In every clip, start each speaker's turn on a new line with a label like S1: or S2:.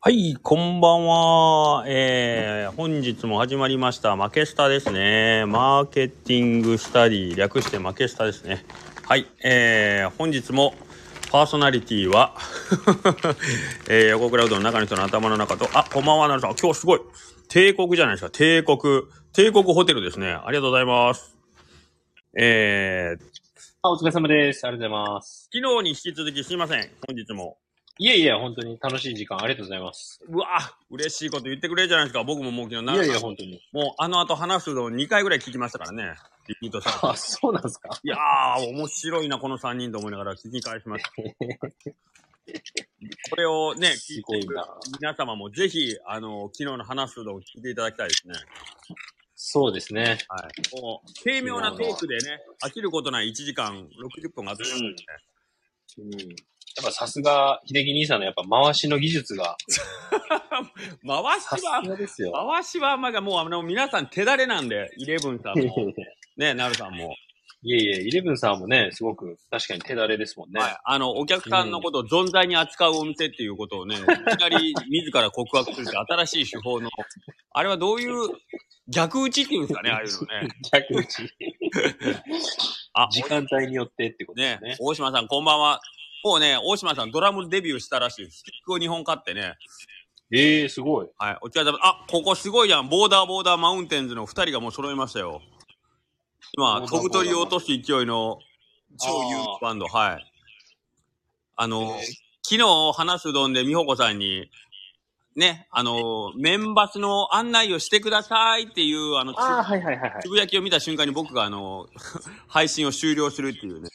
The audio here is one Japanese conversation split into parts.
S1: はい、こんばんは。えー、本日も始まりました、負けスタですね。マーケティングスタディ、略して負けスタですね。はい、えー、本日もパーソナリティは、 えー、横クラウドの中の人の頭の中と、あ、こんばんは、なるさん。今日すごい。帝国じゃないですか、帝国。帝国ホテルですね。ありがとうございます。えー、
S2: あ、お疲れ様です。ありがとうございます。
S1: 昨日に引き続きすいません。本日も
S2: いえいえ、本当に楽しい時間ありがとうございます。
S1: うわ嬉しいこと言ってくれるじゃないですか。僕ももう昨
S2: 日いやいや、本当に。
S1: もうあの後話すのを2回ぐらい聞きましたからね。リピー トさ
S2: ん。あ、そうなんですか
S1: いやー、面白いな、この3人と思いながら聞き返しました。これをね、聞いている皆様もぜひ、あの、昨日の話すのを聞いていただきたいですね。
S2: そうですね。
S1: はい。もう、軽妙なトークでね、飽きることない1時間60分があったんですね。
S2: うん、うんやっぱさすが、秀樹兄さんのやっぱ回しの技術が。
S1: 回しは、回しは、まだもうあの皆さん手だれなんで、イレブンさんも、ね、なるさんも。
S2: いえいえ、イレブンさんもね、すごく確かに手だれですもんね。はい、
S1: あの、お客さんのことを存在に扱うお店っていうことをね、いきなり自ら告白するって新しい手法 の、あれはどういう逆打ちっていうんですかね、ああいうのね。
S2: 逆打ち。あ、時間帯によってってことですね、ね、
S1: 大島さん、こんばんは。もうね、大島さんドラムデビューしたらしいです。結構日本勝ってね。
S2: ええー、すごい。
S1: はい。お疲れ様。あ、ここすごいじゃん。ボーダーボーダーマウンテンズの2人がもう揃いましたよ。今、飛ぶ鳥を落とす勢いの超有名バンド。はい。あの、えー、昨日、話すうどんで美穂子さんに、ね、あの、メンバスの案内をしてくださいっていう、あの、
S2: あはいはいはいはい、
S1: つぶやきを見た瞬間に僕が、あの、 配信を終了するって いうね。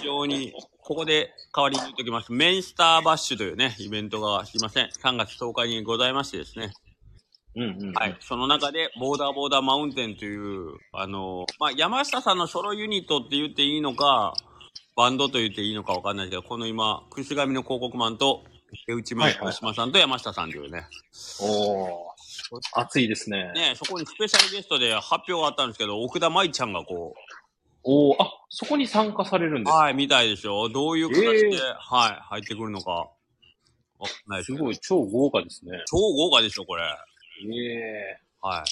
S1: 非常に、ここで代わりに言っておきます。メンスターバッシュというね、イベントが、すいません、3月10日にございましてですね。
S2: うんうん、うん、
S1: はい。その中で、ボーダーボーダーマウンテンという、あの、まあ、山下さんのソロユニットって言っていいのか、バンドと言っていいのかわかんないけど、この今、串紙の広告マンと、手打ち前、鹿島さんと山下さんというね。
S2: おお、熱いですね。
S1: ねそこにスペシャルゲストで発表があったんですけど、奥田舞ちゃんがこ
S2: う。おお、あ、そこに参加されるんですか
S1: はい、みたいですよ。どういう形で、えー、はい、入ってくるのか。
S2: あ、ないです、ね、すごい、超豪華ですね。
S1: 超豪華でしょ、これ。
S2: ええ
S1: ー、はい。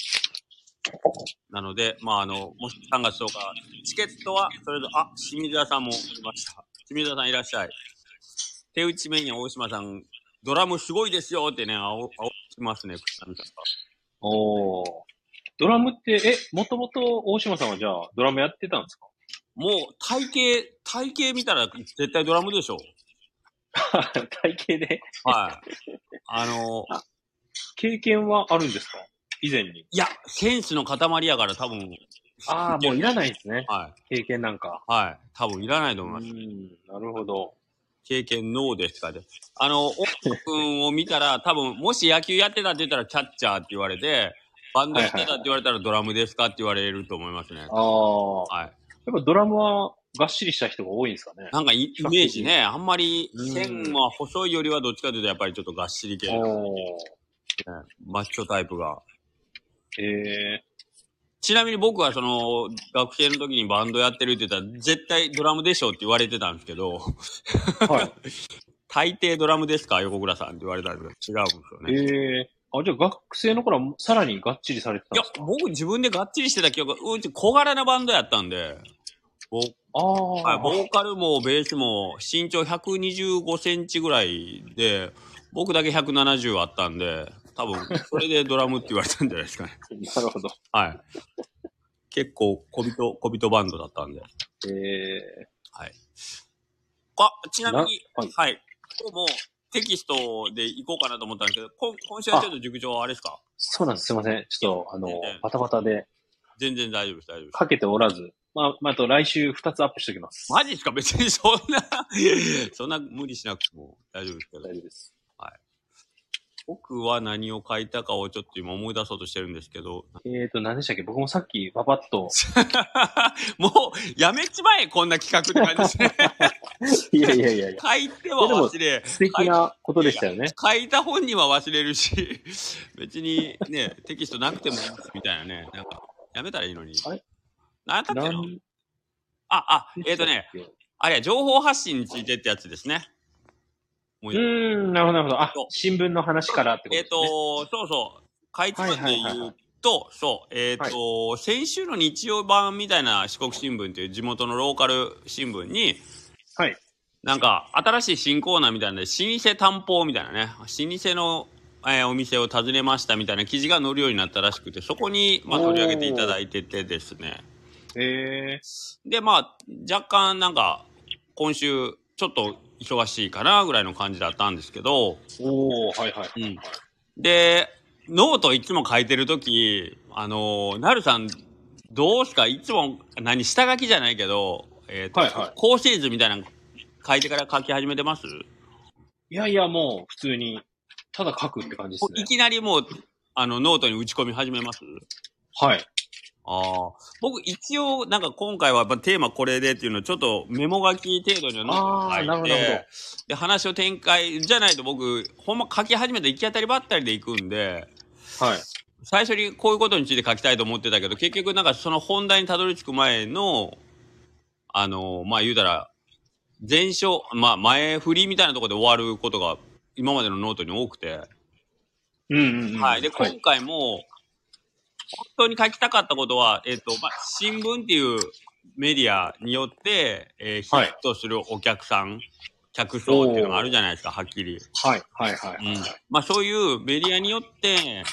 S1: なので、まあ、あの、もし3月10日、チケットは、それぞれ、あ、清水屋さんもおりました。清水屋さんいらっしゃい。手打ちメニュー大島さん、ドラムすごいですよってね、あお、あおきますね、
S2: おお。ドラムって、え、もともと大島さんはじゃあ、ドラムやってたんですか
S1: もう、体型、体型見たら絶対ドラムでしょ。
S2: 体型で
S1: はい。あのー、
S2: 経験はあるんですか以前に。
S1: いや、センスの塊やから多分、
S2: ああ、もういらないですね。。
S1: はい
S2: 経験なんか。、
S1: はい。多分いらないと思います。うん
S2: なるほど。
S1: 経験ノーですかね。あの、大野君を見た ら、多分、もし野球やってたって言ったらキャッチャーって言われて、バンドやってたって言われたらドラムですかって言われると思いますね。
S2: ああ。
S1: はい。
S2: やっぱドラムはがっしりした人が多いんですかね。
S1: なんかイメージね、あんまり線は細いよりはどっちかというとやっぱりちょっとがっしり系の、マッチョタイプが。
S2: ええー
S1: ちなみに僕はその、学生の時にバンドやってるって言ったら、絶対ドラムでしょって言われてたんですけど、
S2: はい。
S1: 大抵ドラムですか横倉さんって言われたんですけど、違うんです
S2: よね。ええー、あ、じゃあ学生の頃はさらにがっちりされてた
S1: いや、僕自分でがっちりしてた記憶が、うんち小柄なバンドやったんで、、
S2: ボあはい
S1: ボーカルもベースも身長125センチぐらいで、僕だけ170あったんで、多分、それでドラムって言われたんじゃないです かね。
S2: なるほど。
S1: はい。結構、小人、小人バンドだったんで。
S2: ええ
S1: ー、はい。あ、ちなみに、はい、はい。今日もテキストで行こうかなと思ったんですけど、今今週はちょっと塾長あれですか
S2: そうなんです。すいません。ちょっと、あの、バタバタで。
S1: 全然大丈夫です、大丈夫です。
S2: かけておらず。まあ、まあ、あと来週2つアップしておきます。
S1: マジですか別にそんな そんな無理しなくても大丈夫ですけど。
S2: 大丈夫です。
S1: はい。僕は何を書いたかをちょっと今思い出そうとしてるんですけど。
S2: えーと、何でしたっけ僕もさっきパパッと。
S1: もう、やめちまえ、こんな企画って感じ です
S2: ね。 いやいやいやいや。
S1: 書いては忘れ。
S2: 素敵なことでしたよね
S1: 書いた本には忘れるし、 別にね、テキストなくてもいいみたいなね。なんか、やめたらいいのに。
S2: あれ
S1: 何だったっけあ、あ、えっ、ー、とね、あれ、情報発信についてってやつですね。も
S2: う
S1: うや
S2: ーん、なるほど、なるほど。あ
S1: そう、
S2: 新聞の話からってこと
S1: え
S2: で
S1: っ、
S2: すね。
S1: と、そうそう。かいつまんで言うと、
S2: はいはいはいは
S1: そう、えっ、と、先週の日曜版みたいな四国新聞という地元のローカル新聞に、
S2: はい。
S1: なんか、新しい新コーナーみたいなので、老舗担保みたいなね、老舗の、えーお店を訪ねましたみたいな記事が載るようになったらしくて、そこに、まあ、取り上げていただいててですね。
S2: え
S1: で、まあ、若干なんか、今週、ちょっと忙しいかなぐらいの感じだったんですけど、
S2: ー、おー、はいはい。
S1: うんで、ノートいつも書いてるとき、あのーなるさん、どうすかいつも、何、下書きじゃないけど、えーと
S2: はいはい
S1: 更新図みたいなの書いてから書き始めてます
S2: いやいや、もう普通に、ただ書くって感じです
S1: い
S2: ね。
S1: きなりもう、あの、ノートに打ち込み始めます
S2: はい。
S1: ああ。僕、一応、なんか今回はやっぱテーマこれでっていうのをちょっとメモ書き程度にはノートに
S2: あーなるほど
S1: 書い
S2: なるほ
S1: て、で、話を展開、じゃないと僕、ほんま書き始めたら行き当たりばったりで行くんで、
S2: はい。
S1: 最初にこういうことについて書きたいと思ってたけど、結局なんかその本題にたどり着く前の、あの、まあ言うたら、前哨、まあ前振りみたいなところで終わることが今までのノートに多くて、
S2: うんうんうん。
S1: はい。で、
S2: は
S1: 今回も、本当に書きたかったことは、えっ、と、まあ、新聞っていうメディアによって、えーヒ
S2: はい
S1: ットするお客さん、客層っていうのがあるじゃないですか、はっきり。
S2: はい、はい、はいはい。
S1: まあそういうメディアによって、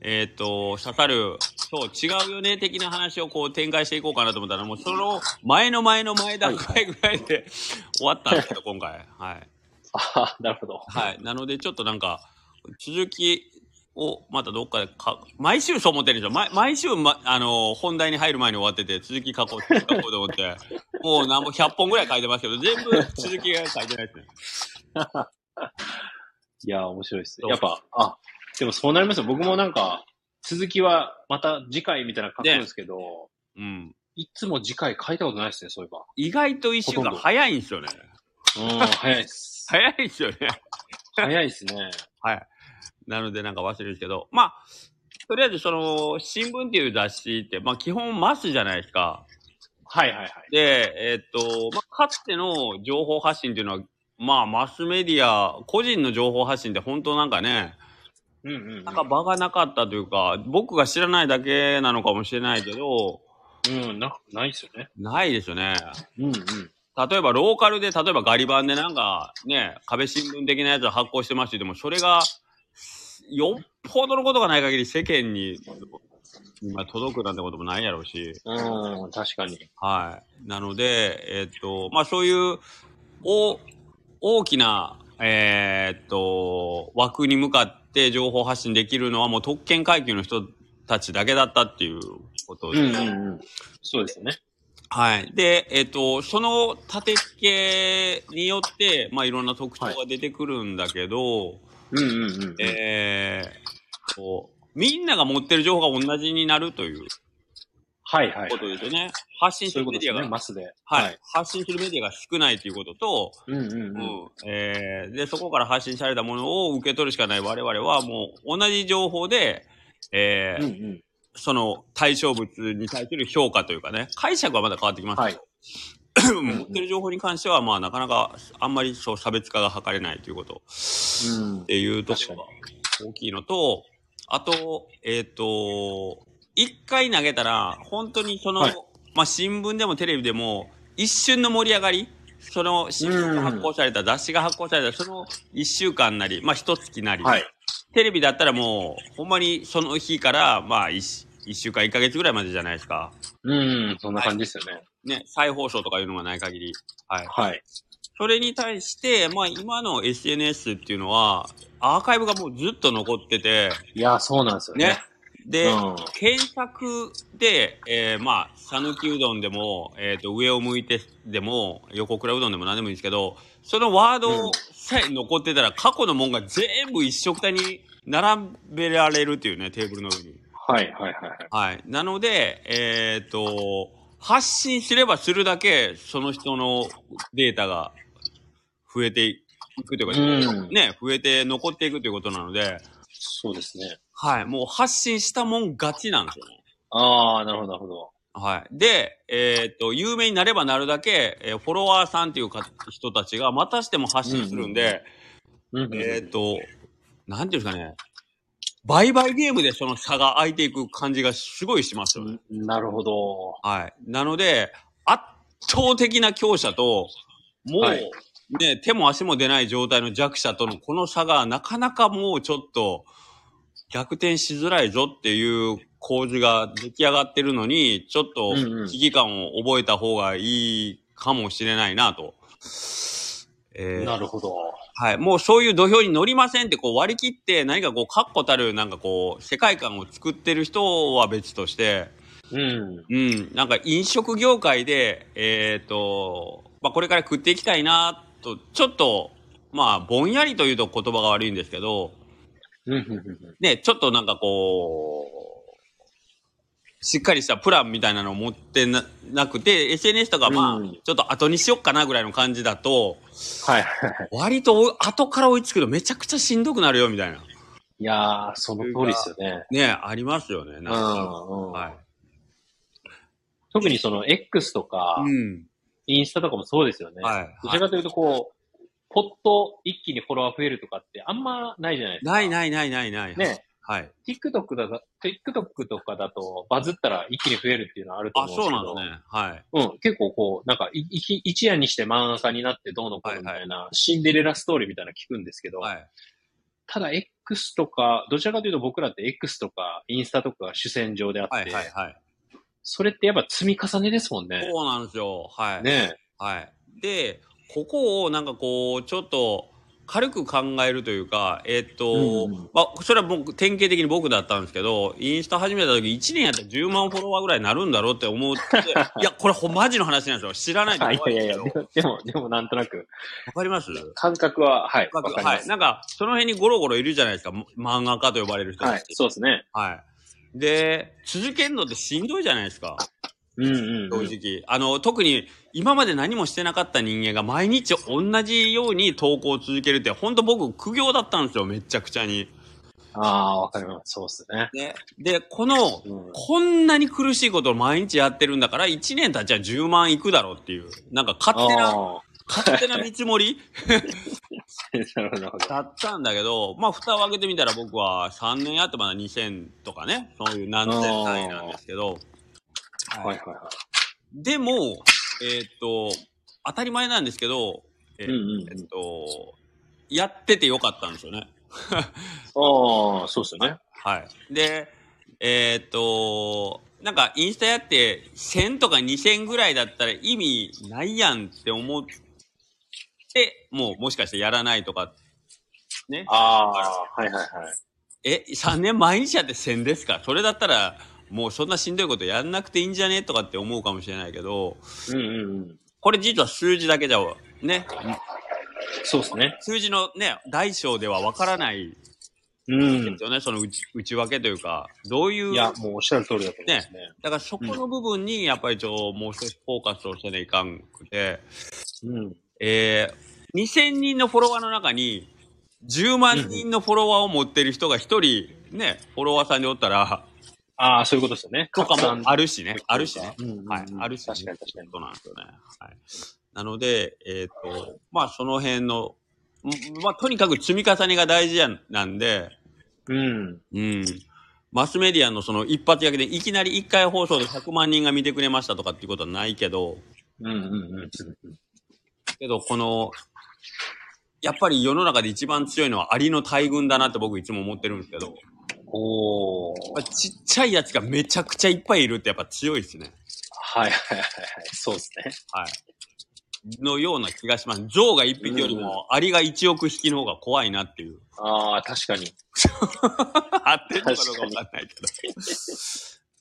S1: えっ、と、刺さる、そう、違うよね、的な話をこう展開していこうかなと思ったら、もうその前の前の前段階ぐらいで終わったんですけど、今回。はい。
S2: ああ、なるほど。
S1: はい。なので、ちょっとなんか、続きをまたどっかでか、毎週そう思ってるんですよ。毎毎週、ま、あのー本題に入る前に終わってて、続き書こう、続き書こうと思って、もうなんぼ100本ぐらい書いてますけど、全部続きが書いてないですね。
S2: いやー、面白いです
S1: そ
S2: ね。
S1: う
S2: やっぱ、あ、でもそうなりますよ。僕もなんか、続きはまた次回みたいなの書くんですけど、
S1: うん。
S2: いつも次回書いたことないですね、そういえば。
S1: 意外と一週間早いんですよね。
S2: うん、早いです。
S1: 早いですよね。
S2: 早いですね。
S1: はい。なので、なんか忘れるんですけど、まあ、とりあえず、その、新聞っていう雑誌って、まあ、基本マスじゃないですか。
S2: はいはいはい。
S1: で、えっと、まあ、かつての情報発信っていうのは、まあ、マスメディア、個人の情報発信って本当なんかね、
S2: うんうん、うん。
S1: なんか場がなかったというか、僕が知らないだけなのかもしれないけど、
S2: うん、な、ないですよね。
S1: ないですよね。
S2: うんうん。
S1: 例えばローカルで、例えばガリ版でなんかね、壁新聞的なやつを発行してまして、でもそれが、よっぽどのことがない限り世間に、まあ、届くなんてこともないやろうし、
S2: うん、確かに。
S1: はい。なので、えっと、まあそういう、お、大きな、えーっと、枠に向かって情報発信できるのはもう特権階級の人たちだけだったっていうこと
S2: う
S1: で
S2: んうんうん。そうですよね。
S1: はい。で、えっ、と、その縦付けによって、まあ、いろんな特徴が出てくるんだけど、
S2: うんうんうん。
S1: えーこう、みんなが持ってる情報が同じになるという
S2: はいはい。
S1: ことですよね。発信す
S2: そういう
S1: る
S2: こ
S1: メ
S2: とで
S1: ディ
S2: す
S1: アが、
S2: ね、マスで。
S1: はい、。発信するメディアが少ないということと、
S2: うんうん
S1: う
S2: うんん。
S1: えーで、そこから発信されたものを受け取るしかない我々は、もう同じ情報で、え
S2: うんう
S1: ー
S2: ん。
S1: その対象物に対する評価というかね、解釈はまだ変わってきますけど、
S2: はい
S1: 持ってる情報に関しては、まあ、なかなか、あんまりそう差別化が図れないということ
S2: うん
S1: っていうところが大きいのと、あと、えっ、と、一回投げたら、本当にその、
S2: はい
S1: まあ、新聞でもテレビでも、一瞬の盛り上がり、その新聞が発行された、雑誌が発行された、その一週間なり、まあ、一月なり、
S2: はい。
S1: テレビだったらもう、ほんまにその日から、まあ一、一週間、一ヶ月ぐらいまでじゃないですか。
S2: うん、そんな感じですよね。
S1: ね、再放送とかいうのがない限り。はい。
S2: はい。
S1: それに対して、まあ今の SNS っていうのは、アーカイブがもうずっと残ってて、
S2: いや、そうなんですよ
S1: ね
S2: ね。。
S1: で、検索で、えー、まあ、讃岐うどんでも、えっ、と、上を向いてでも、横倉うどんでも何でもいいんですけど、そのワー
S2: う
S1: ド
S2: ん
S1: さえ残ってたら、過去のもんが全部一色体に並べられるっていうね、テーブルの上に。
S2: うん。はいはいはいはい。
S1: はい。なので、えっ、と、発信すればするだけ、その人のデータが増えていくというか、
S2: うん
S1: ね、増えて残っていくということなので、
S2: そうですね。
S1: はい。もう発信したもん勝ちなんですよね。
S2: ああ、なるほどなるほど。
S1: はい。で、えーっと、有名になればなるだけ、えーフォロワーさんっていうか人たちがまたしても発信するんで、
S2: うん
S1: えっ、と、なんていうんですかね、売買ゲームでその差が開いていく感じがすごいしますよね。
S2: なるほど。
S1: はい。なので、圧倒的な強者と、もう、
S2: はい
S1: ね、手も足も出ない状態の弱者とのこの差がなかなかもうちょっと逆転しづらいぞっていう構図が出来上がってるのに、ちょっ
S2: うんう
S1: と
S2: ん
S1: 危機感を覚えた方がいいかもしれないなと。えー
S2: なるほど。
S1: はい。もうそういう土俵に乗りませんってこう割り切って何かこう確固たるなんかこう世界観を作ってる人は別として、
S2: うん。
S1: うん、なんか飲食業界で、えっ、と、まあ、これから食っていきたいなと、ちょっと、まあ、ぼんやりというと言葉が悪いんですけど、
S2: うんうんうん
S1: ね、ちょっとなんかこう、しっかりしたプランみたいなのを持ってななくて、SNS とかまあ、
S2: うん
S1: ちょっと後にしよっかなぐらいの感じだと、
S2: はいはいはい。
S1: 割とお後から追いつくのめちゃくちゃしんどくなるよみたいな。
S2: いやー、その通りですよね。
S1: ね、ありますよね。なん
S2: うん
S1: か
S2: うん
S1: はい。
S2: 特にその X とか、
S1: うん。
S2: インスタとかもそうですよね。
S1: はい
S2: どちらかというとこう、ポッと一気にフォロワー増えるとかってあんまないじゃないですか。
S1: ないないないないない。
S2: ね。
S1: はい。
S2: TikTok だと、TikTok とかだとバズったら一気に増えるっていうのはあると
S1: あ、
S2: 思うん
S1: そう
S2: ですけど。
S1: なんですね。はい。
S2: うん、結構こう、なんかい、いき一夜にして漫画家になってどうのこうのみたいな、シンデレラストーリーみたいなの聞くんですけど、
S1: はい。
S2: ただ X とか、どちらかというと僕らって X とかインスタとかが主戦場であって、
S1: はいはいはい。
S2: それってやっぱ積み重ねですもんね。
S1: そうなんですよ。はい。
S2: ね
S1: はい。で、ここをなんかこう、ちょっと軽く考えるというか、えっと、
S2: うんうん
S1: まあ、それは僕、典型的に僕だったんですけど、インスタ始めた時1年やったら10万フォロワーぐらいになるんだろうって思って、 いや、これほんマジの話なんですよ。知ら
S2: え。
S1: ないと
S2: は
S1: 怖
S2: い
S1: い、
S2: いや
S1: で
S2: い
S1: す
S2: や
S1: けど
S2: いや、でも、でもなんとなく、
S1: わかります
S2: 感覚は、はい、わかりま
S1: はい。
S2: す。
S1: なんか、その辺にゴロゴロいるじゃないですか。も漫画家と呼ばれる人
S2: はい、そうですね。
S1: はい。で、続けるのってしんどいじゃないですか。
S2: うんうん、う
S1: 正
S2: ん。
S1: 直。あの、特に今まで何もしてなかった人間が毎日同じように投稿を続けるって、ほんと僕苦行だったんですよ、めっちゃくちゃに。
S2: ああ、わかります。そうですね。
S1: ね、で、この、
S2: うん
S1: こんなに苦しいことを毎日やってるんだから、1年経っちゃ10万いくだろうっていう、なんか勝手な、
S2: ああ、
S1: 勝手な見積もり
S2: なるほど、なるほど。
S1: だったんだけど、まあ、蓋を開けてみたら僕は3年やってまだ2000とかね、そういう何千単位なんですけど、
S2: はいはいは
S1: でも、えーっと、当たり前なんですけど、え
S2: い。
S1: ー
S2: うんうん
S1: えっと、やっててよかったんですよね。
S2: うん。ああ、そうですよね。
S1: はい。で、えーっと、なんかインスタやって1000とか2000ぐらいだったら意味ないやんって思って、もうもしかしてやらないとか、ね。
S2: ああ、はいはいはい。
S1: え、3年毎日やって1000ですかそれだったらもうそんなしんどいことやんなくていいんじゃねとかって思うかもしれないけど、
S2: うんうんうん。
S1: これ実は数字だけじゃ、ね、
S2: そうですね。
S1: 数字のね、大小ではわからない
S2: うん
S1: です。よね、その内内訳というか、どういう、
S2: いや、もうおっしゃる通りだと思いますね。
S1: だからそこの部分にやっぱりちょ、もう少しフォーカスをせないかんくて、
S2: うん。
S1: えー、2000人のフォロワーの中に、10万人のフォロワーを持ってる人が1人、ね、フォロワーさんにおったら、
S2: ああ、そういうことですよね。
S1: とかもあ
S2: る
S1: るしね、あるしね。
S2: うんうんうん
S1: はい、あるし、
S2: 確かに確かに。
S1: そうなんですよね。はい。なので、えっ、と、まあその辺の、んまあとにかく積み重ねが大事やんなんで、
S2: うん。
S1: うん。マスメディアのその一発逆でいきなり1回放送で100万人が見てくれましたとかっていうことはないけど、
S2: うんうんうん。
S1: けどこの、やっぱり世の中で一番強いのはアリの大群だなって僕いつも思ってるんですけど、やっ
S2: おー。
S1: ぱちっちゃいやつがめちゃくちゃいっぱいいるってやっぱ強いですね。
S2: はいはいはいはい。そうですね。
S1: はい。のような気がします。象が1匹よりもアリが1億匹の方が怖いなっていう。
S2: ああ、確かに。
S1: 合ってるのかどうかわかんないけど。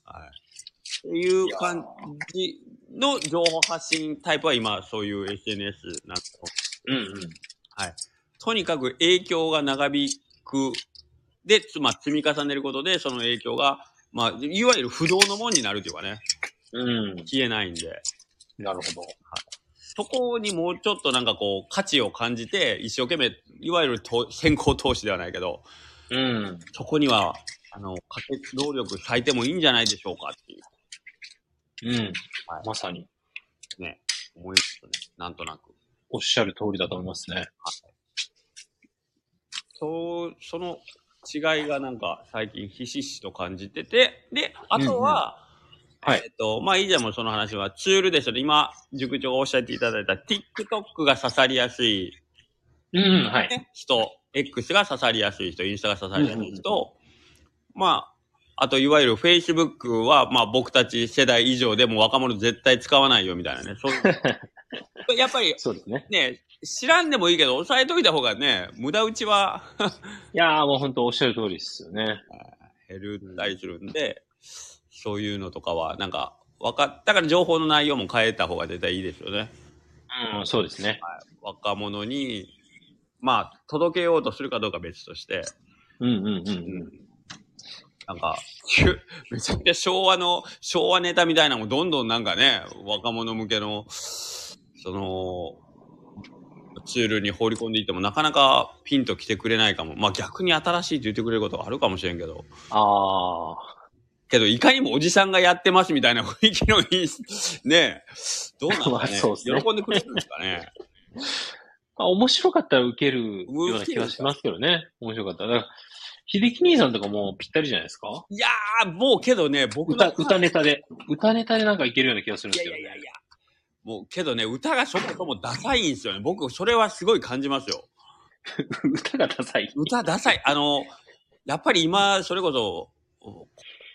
S1: はい。っていう感じの情報発信タイプは今、そういう SNS なんかを
S2: うんうん。
S1: とにかく影響が長引く。で、つまあ、積み重ねることで、その影響が、まあ、いわゆる不動のもんになるというかね、
S2: うん。
S1: 消えないんで、
S2: なるほど。
S1: そこにもうちょっとなんかこう、価値を感じて、一生懸命、いわゆると先行投資ではないけど、
S2: うん。
S1: そこには、あの、かけ、労力割いてもいいんじゃないでしょうかっていう。
S2: うん
S1: はい。
S2: まさに。
S1: ね、思いますね。なんとなく。
S2: おっしゃる通りだと思いますね。
S1: そう、その違いがなんか最近ひしひしと感じてて、で、あとは、
S2: うんうんはい
S1: えっ、と、まあ、以前もその話はツールですよね。今、塾長がおっしゃっていただいた TikTok が刺さりやすい
S2: うん、はい。
S1: ね人、X が刺さりやすい人、インスタが刺さりやすい人、
S2: うん
S1: まあ、あと、いわゆる Facebook は、まあ、僕たち世代以上でもう若者絶対使わないよみたいなね。そういう やっぱり
S2: そうですね。
S1: ね、知らんでもいいけど、押さえといた方がね、無駄打ちは
S2: いやーもう本当おっしゃる通りですよね。
S1: 減ったりするんで、そういうのとかは、なんか、わかだから情報の内容も変えた方が絶対いいですよね。
S2: うん、そうですね。
S1: 若者に、まあ、届けようとするかどうか別として、
S2: うんうんうん
S1: なんか、きゅめちゃくちゃ昭和の、昭和ネタみたいなのもどんどんなんかね、若者向けの、その、ツールに放り込んでいってもなかなかピンと来てくれないかも。まあ逆に新しいって言ってくれることがあるかもしれんけど。
S2: ああ。
S1: けど、いかにもおじさんがやってますみたいな雰囲気のいい、ねえ、どうなんだろ
S2: まあ
S1: うね
S2: そうっすね
S1: 喜んでくれるんですかね。
S2: まあ、面白かったら受けるような気がしますけどね。面白かったら。だから、秀樹兄さんとかもぴったりじゃないですか
S1: いやー、もうけどね、僕
S2: 歌、
S1: ら
S2: 歌ネタで。歌ネタでなんかいけるような気がするん
S1: い
S2: で
S1: やい
S2: すけど、
S1: や
S2: ね。
S1: いやいや。もうけどね、歌がそもそもダサいんですよね。僕、それはすごい感じますよ。
S2: 歌がダサい。
S1: 歌ダサい。あの、やっぱり今、それこそ、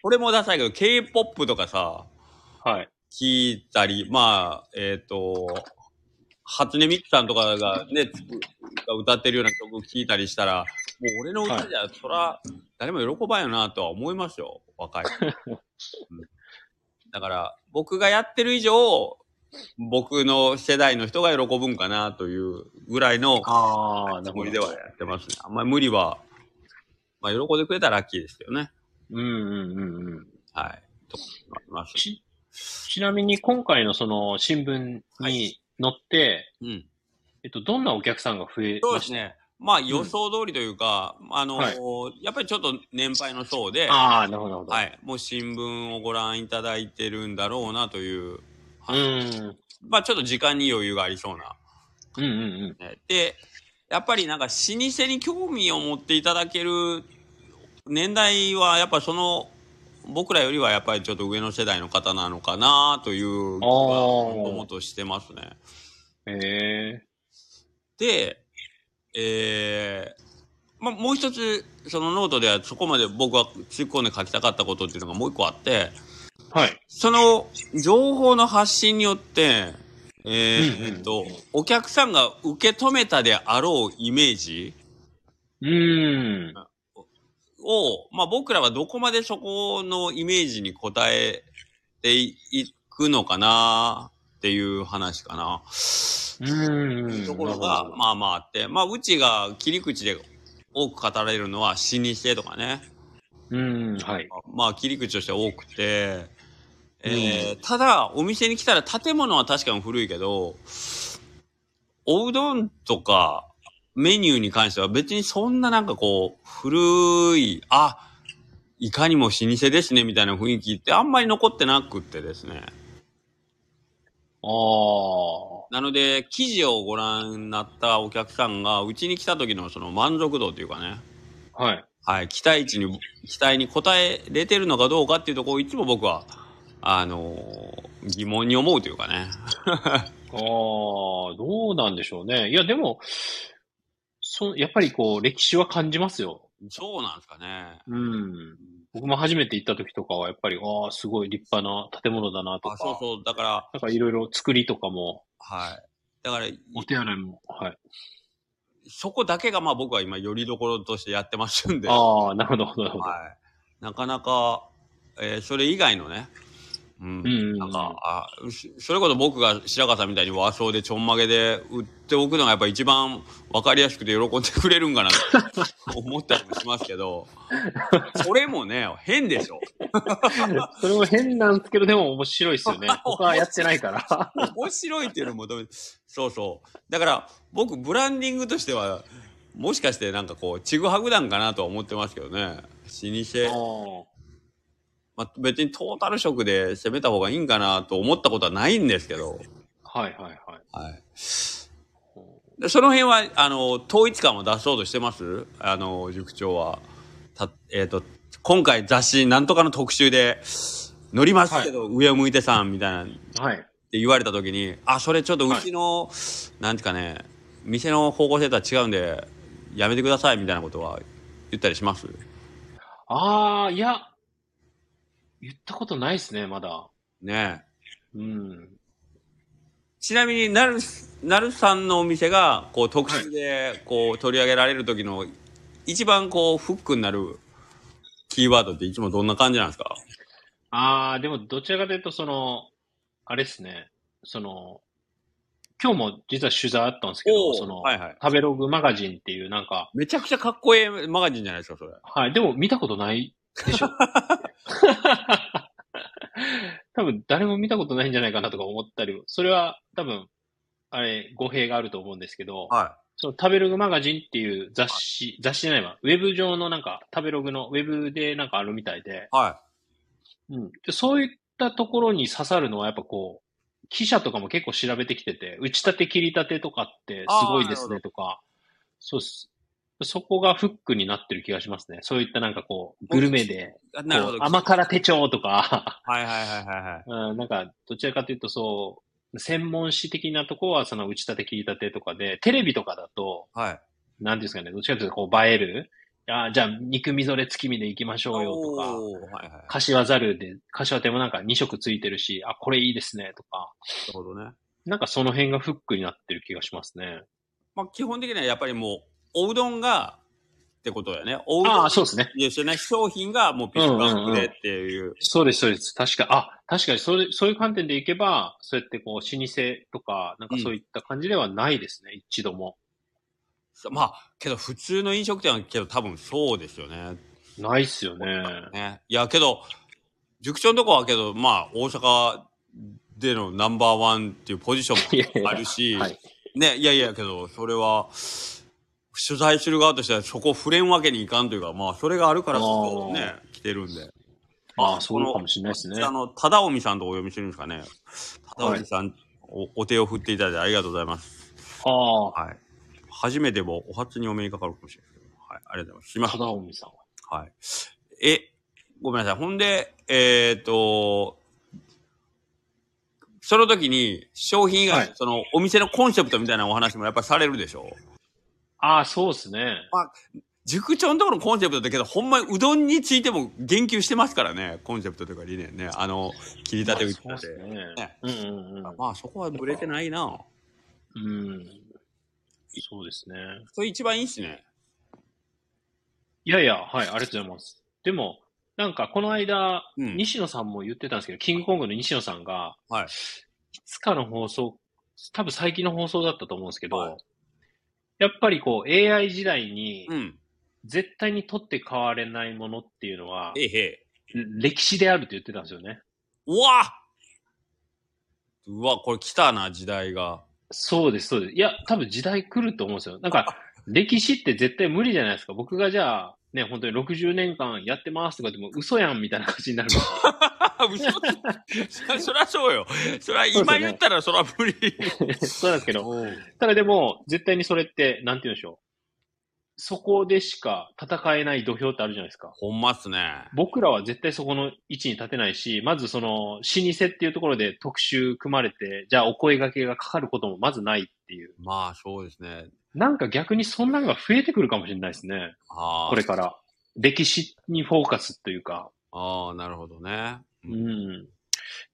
S1: これもダサいけど、K-POP とかさ、
S2: はい。
S1: 聞いたり、まあ、えっ、と、初音ミクさんとかがね、つくが歌ってるような曲を聞いたりしたら、もう俺の歌じゃ、そら、誰も喜ばんよなとは思いますよ、若い。 うんだから、僕がやってる以上、僕の世代の人が喜ぶんかなというぐらいの
S2: ああ、な
S1: つ
S2: るほ
S1: もり
S2: ど。
S1: ではやってますね。あんまり無理は、まあ、喜んでくれたらラッキーですけどね。
S2: うんうんうんうん。
S1: はい。と思います。
S2: ち、ちなみに今回のその新聞に載って、
S1: うん。
S2: えっと、どんなお客さんが増え
S1: そう
S2: ま
S1: で
S2: し
S1: す
S2: た
S1: ね。まあ予想通りというか、あの、
S2: は
S1: やっぱりちょっと年配の層で、は
S2: ああ、なるほど、なるほど。
S1: い、もう新聞をご覧いただいてるんだろうなという、
S2: うーん。
S1: まあちょっと時間に余裕がありそうな。
S2: うんうんうん。
S1: ねで、やっぱりなんか老舗に興味を持っていただける年代は、やっぱその、僕らよりはやっぱりちょっと上の世代の方なのかなという気は、
S2: おー
S1: もともとしてますね。
S2: ええ
S1: で、えーまあ、もう一つ、そのノートではそこまで僕は突っ込んで書きたかったことっていうのがもう一個あって、
S2: はい。
S1: その情報の発信によって、えー
S2: うんうん
S1: えっと、お客さんが受け止めたであろうイメージ
S2: うーん。
S1: を、まあ、僕らはどこまでそこのイメージに応えていくのかなっていう話かな。
S2: うーん。
S1: ところが、
S2: まあ、
S1: まあまああって、まあ、うちが切り口で多く語られるのは老舗とかね、
S2: うーん、はい。
S1: まあ、切り口として多くて、えーただ、お店に来たら建物は確かに古いけど、おうどんとかメニューに関しては別にそんななんかこう、古い、あ、いかにも老舗ですねみたいな雰囲気ってあんまり残ってなくってですね。
S2: ああ。
S1: なので、記事をご覧になったお客さんが、うちに来た時のその満足度というかね、
S2: はい。
S1: はい、期待値に、期待に応えれてるのかどうかっていうところをいつも僕は、あのー疑問に思うというかね。
S2: ああ、どうなんでしょうね。いや、でも、そやっぱりこう、歴史は感じますよ。
S1: そうなんですかね。
S2: うん。僕も初めて行った時とかは、やっぱり、ああ、すごい立派な建物だなとか
S1: あ、、そうそう。だから、
S2: なんかいろいろ作りとかも、
S1: はい。だから、
S2: お手洗いも、はい。
S1: そこだけがまあ僕は今、よりどころとしてやってますんで、は
S2: ああ、なるほど、なるほど。
S1: い。なかなか、えーそれ以外のね、うん
S2: う、ん。
S1: なんか、あしそれこそ僕が白川さんみたいに和装でちょんまげで売っておくのがやっぱ一番分かりやすくて喜んでくれるんかな と思ったりもしますけど、それもね、変でしょ。
S2: それも変なんですけど、でも面白いですよ ね。僕はやってないから。
S1: 面白いっていうのも求めそうそう。だから僕ブランディングとしては、もしかしてなんかこう、ちぐはぐなんかなとは思ってますけどね。老舗。 まあ、別にトータル色で攻めた方がいいんかなと思ったことはないんですけど。
S2: はいはいはい。
S1: はい。でその辺は、あの、統一感を出そうとしてますあの、塾長は。たえっ、と、今回雑誌、なんとかの特集で、乗りますけど、上を向いてさん、みたいな、って
S2: はい。
S1: 言われた時に、あ、それちょっとうちの、なんていうかね、店の方向性とは違うんで、やめてください、みたいなことは言ったりします
S2: ああ、いや、言ったことないですね、まだ。
S1: ねえ。
S2: うん。
S1: ちなみになる、なるさんのお店が、こう、特集で、こう、取り上げられる時の、一番こう、フックになるキーワードっていつもどんな感じなんですか
S2: ああ、でもどちらかというと、その、あれですね、その、今日も実は取材あったんですけ
S1: お
S2: ど、
S1: ー
S2: その、
S1: はいはい
S2: 食べログマガジンっていうなんか、
S1: めちゃくちゃかっこいいマガジンじゃないですか、それ。
S2: はい、でも見たことないで しょ。多分誰も見たことないんじゃないかなとか思ったり、それは多分、あれ、語弊があると思うんですけど、
S1: は
S2: その食べログマガジンっていう雑誌、雑誌じゃないわ、ウェブ上のなんか食べログのウェブでなんかあるみたいで、
S1: い。は
S2: うん、でそういったところに刺さるのはやっぱこう、記者とかも結構調べてきてて、打ち立て切り立てとかってすごいですねとか、そうっす。そこがフックになってる気がしますね。そういったなんかこう、グルメで、
S1: い。 あなるほど。
S2: こう甘辛手帳とか、
S1: はいはいはいはいはい。
S2: うん、なんかどちらかというとそう、専門誌的なとこはその打ち立て切り立てとかで、テレビとかだと、
S1: はい。
S2: なんていうんですかね、どっちかというとこう映える。あーじゃあ、肉みぞれ月見で行きましょうよとか。
S1: おーはいはい。な
S2: 柏ざるで、柏手もなんか2色ついてるし、あ、これいいですね、とか。
S1: るほどね。
S2: なんかその辺がフックになってる気がしますね。
S1: まあ、基本的にはやっぱりもう、おうどんが、ってことだよね。おうどん。
S2: ああ、そうですね。
S1: ですよね。商品がもうピックアップでっていう。
S2: そうです、そうです。確か、あ、確かにそう、そういう観点でいけば、そうやってこう、老舗とか、なんかそういった感じではないですね、一度も。
S1: まあ、けど普通の飲食店はけど多分そうですよね。
S2: ないっすよね。
S1: ね。いや、けど、塾長のとこはけど、まあ、大阪でのナンバーワンっていうポジションも
S2: いやいや
S1: あるし、
S2: はい
S1: ね、いやいやけど、それは、取材する側としてはそこ触れんわけにいかんというか、まあ、それがあるからこそね、来てるんで。
S2: ああ、そうかもしれないですね。
S1: あの、ただおみさんとお呼びしてるんですかね。ただお
S2: はい
S1: みさん、お、お手を振っていただいてありがとうございます。
S2: ああ、
S1: はい。初めてもお初にお目にかかるかもしれないですけど。はい、ありがとうございます。すいませ
S2: た
S1: ん
S2: だおみさんは。
S1: はい。え、ごめんなさい。ほんで、えっ、と、その時に商品以外、
S2: はい
S1: そのお店のコンセプトみたいなお話もやっぱりされるでしょ
S2: ああ、そうですね。
S1: 塾長のところのコンセプトだけど、ほんまにうどんについても言及してますからね、コンセプトというか理念ね。あの、切り立て打ち
S2: まあ
S1: 立
S2: そうです
S1: て。
S2: ね
S1: ね。
S2: うんうん
S1: まあそこはブレてないな。
S2: うん。うん。そうですね。
S1: それ一番いいっすね。
S2: いやいや、はい、ありがとうござい ます。でも、なんか、この間、
S1: うん
S2: 西野さんも言ってたんですけど、キングコングの西野さんが、
S1: はい
S2: いつかの放送、多分最近の放送だったと思うんですけど、
S1: はい
S2: やっぱりこう、AI 時代に
S1: う、ん。
S2: 絶対に取って代われないものっていうのは、
S1: ええへえ。
S2: 歴史であるって言ってたんですよね。
S1: うわうわ、これ来たな、時代が。
S2: そうです、そうです。いや、多分時代来ると思うんですよ。なんか、歴史って絶対無理じゃないですか。僕がじゃあ、ね、本当に60年間やってますとかでも嘘やんみたいな感じになる から。
S1: あ 嘘つそりゃそうよ。そりゃ今言ったらそりゃ無理。
S2: そうなんですけど、ただでも、絶対にそれって、なんて言うんでしょう。そこでしか戦えない土俵ってあるじゃないですか。
S1: ほんまっすね。
S2: 僕らは絶対そこの位置に立てないし、まずその、老舗っていうところで特集組まれて、じゃあお声掛けがかかることもまずないっていう。
S1: まあそうですね。
S2: なんか逆にそんなのが増えてくるかもしれないですね。
S1: ああ。
S2: これから。歴史にフォーカスというか。
S1: ああ、なるほどね。う
S2: うんん。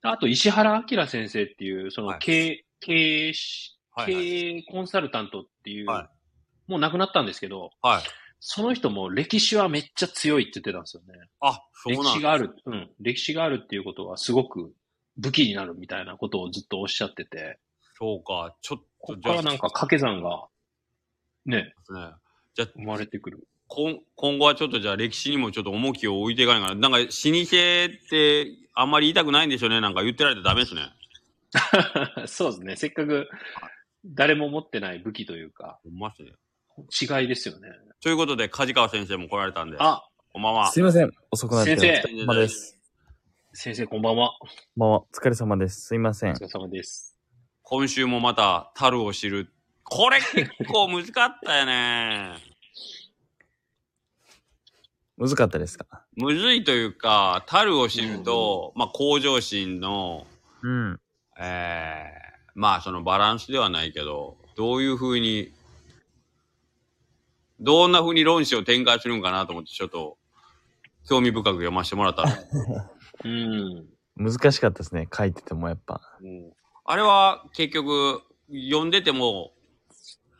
S2: あと、石原明先生っていう、そ
S1: は
S2: の
S1: い
S2: 経営、経営し、
S1: はいはい
S2: 経営コンサルタントっていう、
S1: は
S2: もう亡くなったんですけど、
S1: はい。
S2: その人も歴史はめっちゃ強いって言ってたんですよね。
S1: あ、そう
S2: 歴
S1: なん
S2: 史
S1: だ。
S2: がある、うん。歴史があるっていうことはすごく武器になるみたいなことをずっとおっしゃってて、
S1: そうか。ちょっ、
S2: ことこからなんか掛け算が、ね、
S1: ね。じゃあ
S2: 生まれてくる。
S1: 今、今後はちょっとじゃあ歴史にもちょっと重きを置いていかないから。なんか、老舗ってあんまり言いたくないんでしょうね。なんか言ってられてダメですね。
S2: そうですね。せっかく誰も持ってない武器というか、
S1: ほんまっすね。
S2: 違いですよね。
S1: ということで、梶川先生も来られたんで。
S2: あ、
S1: こんばんは。
S3: すいません。遅くなって。
S2: 先生
S3: お疲れ様です。
S2: 先生こんばんは。
S3: まあ、お疲れ様です。すいませ
S2: お
S3: ん
S2: 疲。れ様です。
S1: 今週もまた、樽を知るこれ結構難かったよ ね。
S3: むずかったですか
S1: むずいというか、樽を知ると、まあ、向上心の、
S3: うん。
S1: えー、まあ、そのバランスではないけど、どういうふうに、どんなふうに論旨を展開するんかなと思って、ちょっと、興味深く読ませてもらったの。
S2: うん。
S3: 難しかったですね。書いててもやっぱ。
S1: うんあれは、結局、読んでても、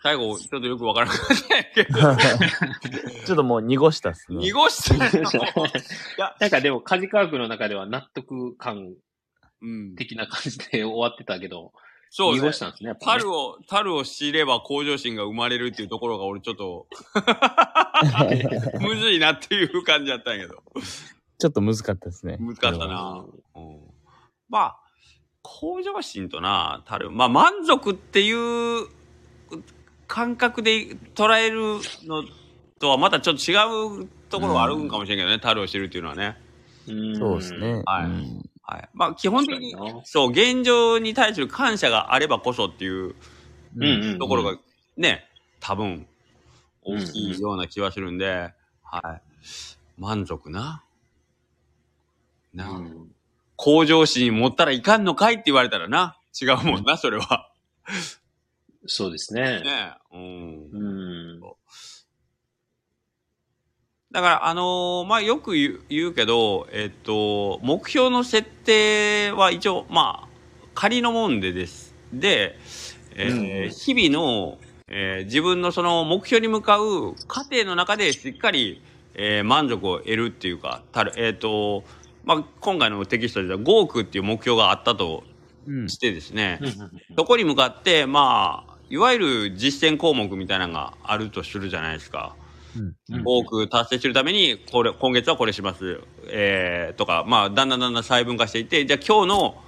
S1: 最後、ちょっとよくわからなかったんやけど、
S3: ちょっともう濁したっすね。
S1: 濁してるの。
S2: なんかでも、カジカークの中では納得感
S1: うん。
S2: 的な感じで終わってたけど、
S1: そうね
S2: 濁したんですね。やっぱね
S1: 樽を、樽を知れば向上心が生まれるっていうところが俺ちょっと、 むずいなっていう感じだったんやけど。
S3: ちょっと難かったですね。
S1: 難かったな。うん、まあ、向上心とな、樽、まあ満足っていう感覚で捉えるのとはまたちょっと違うところがあるんかもしれんけどね、樽を知るっていうのはね。
S2: うん
S3: そうです。ね。
S1: はい
S3: うん
S1: はい。まあ基本的に
S2: 確かにな、
S1: そう、現状に対する感謝があればこそっていう
S2: うんうん。
S1: ところ
S2: う
S1: が
S2: ん。
S1: ね、多分大きいような気はするんで、はい。満足な。な、向上心持ったらいかんのかいって言われたらな。違うもんな、それは。
S2: そうですね。
S1: ねうん。
S2: うん。
S1: だから、あのーまあ、よく言う言うけど、えっと、目標の設定は一応、まあ、仮のもんでです。で、えー
S2: うん
S1: 日々の、えー自分のその目標に向かう過程の中でしっかり、えー満足を得るっていうか、たる、えっ、と、まあ、今回のテキストでは5億っていう目標があったと
S3: うん
S1: してですね、
S2: うん
S1: そこに向かって、まあ、いわゆる実践項目みたいなのがあるとするじゃないですか。多く達成するためにこれ今月はこれします、えーとか、まあ、だんだんだんだん細分化していってじゃあ今日の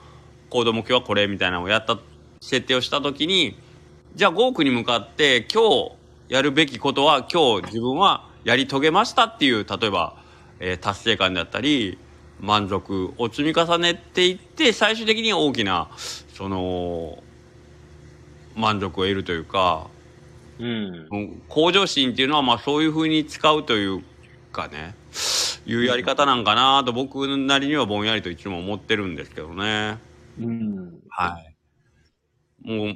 S1: 行動目標はこれみたいなのをやった設定をした時にじゃあ5億に向かって今日やるべきことは今日自分はやり遂げましたっていう例えば、えー達成感だったり満足を積み重ねていって最終的に大きなその満足を得るというか
S2: うん。
S1: うん向上心っていうのはまあそういうふうに使うというかねいうやり方なんかなと僕なりにはぼんやりといつも思ってるんですけどね
S2: うん。
S1: はいもう
S2: な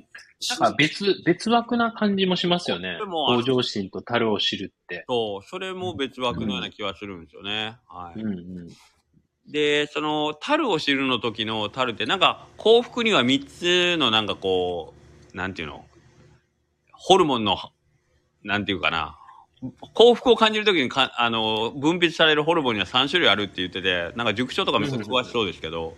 S2: んか別、別枠な感じもしますよね
S1: で。も
S2: 向上心と樽を知るって。
S1: そうそれも別枠のような気はするんですよね、は
S2: う
S1: い
S2: んうん。
S1: でその「樽を知る」の時の「樽」ってなんか幸福には3つのなんかこうなんていうのホルモンのなんていうかな幸福を感じる時にかあの分泌されるホルモンには3種類あるって言っててなんか塾長とかめっちゃ詳しそうですけど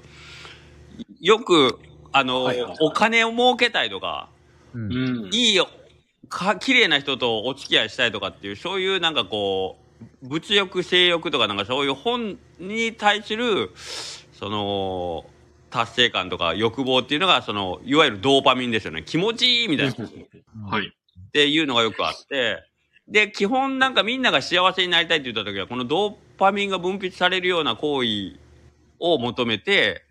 S1: よくあの、
S2: はいはいはい
S1: お金を儲けたいとか
S3: うん
S2: うん。
S1: いいよか綺麗な人とお付き合いしたいとかっていうそういうなんかこう物欲性欲とかなんかそういう本に対するその達成感とか欲望っていうのがそのいわゆるドーパミンですよね気持ちいいみたいなっ
S2: はい。
S1: ていうのがよくあってで基本なんかみんなが幸せになりたいって言った時はこのドーパミンが分泌されるような行為を求めて、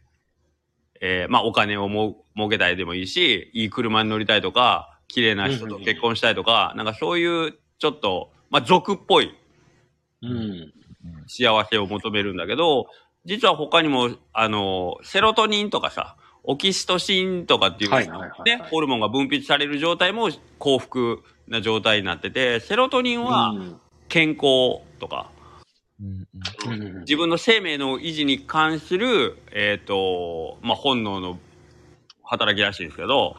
S1: えーまあお金をも儲けたいでもいいし、いい車に乗りたいとか、綺麗な人と結婚したいとか、なんかそういうちょっと、まあ俗っぽい
S2: うん。
S1: 幸せを求めるんだけど、実は他にも、あの、セロトニンとかさ、オキシトシンとかっていう、
S2: はいはいはいはい
S1: ね、ホルモンが分泌される状態も幸福な状態になってて、セロトニンは健康とか、
S3: うん
S2: うん
S1: 自分の生命の維持に関する、えっ、と、まあ、本能の働きらしいんですけど、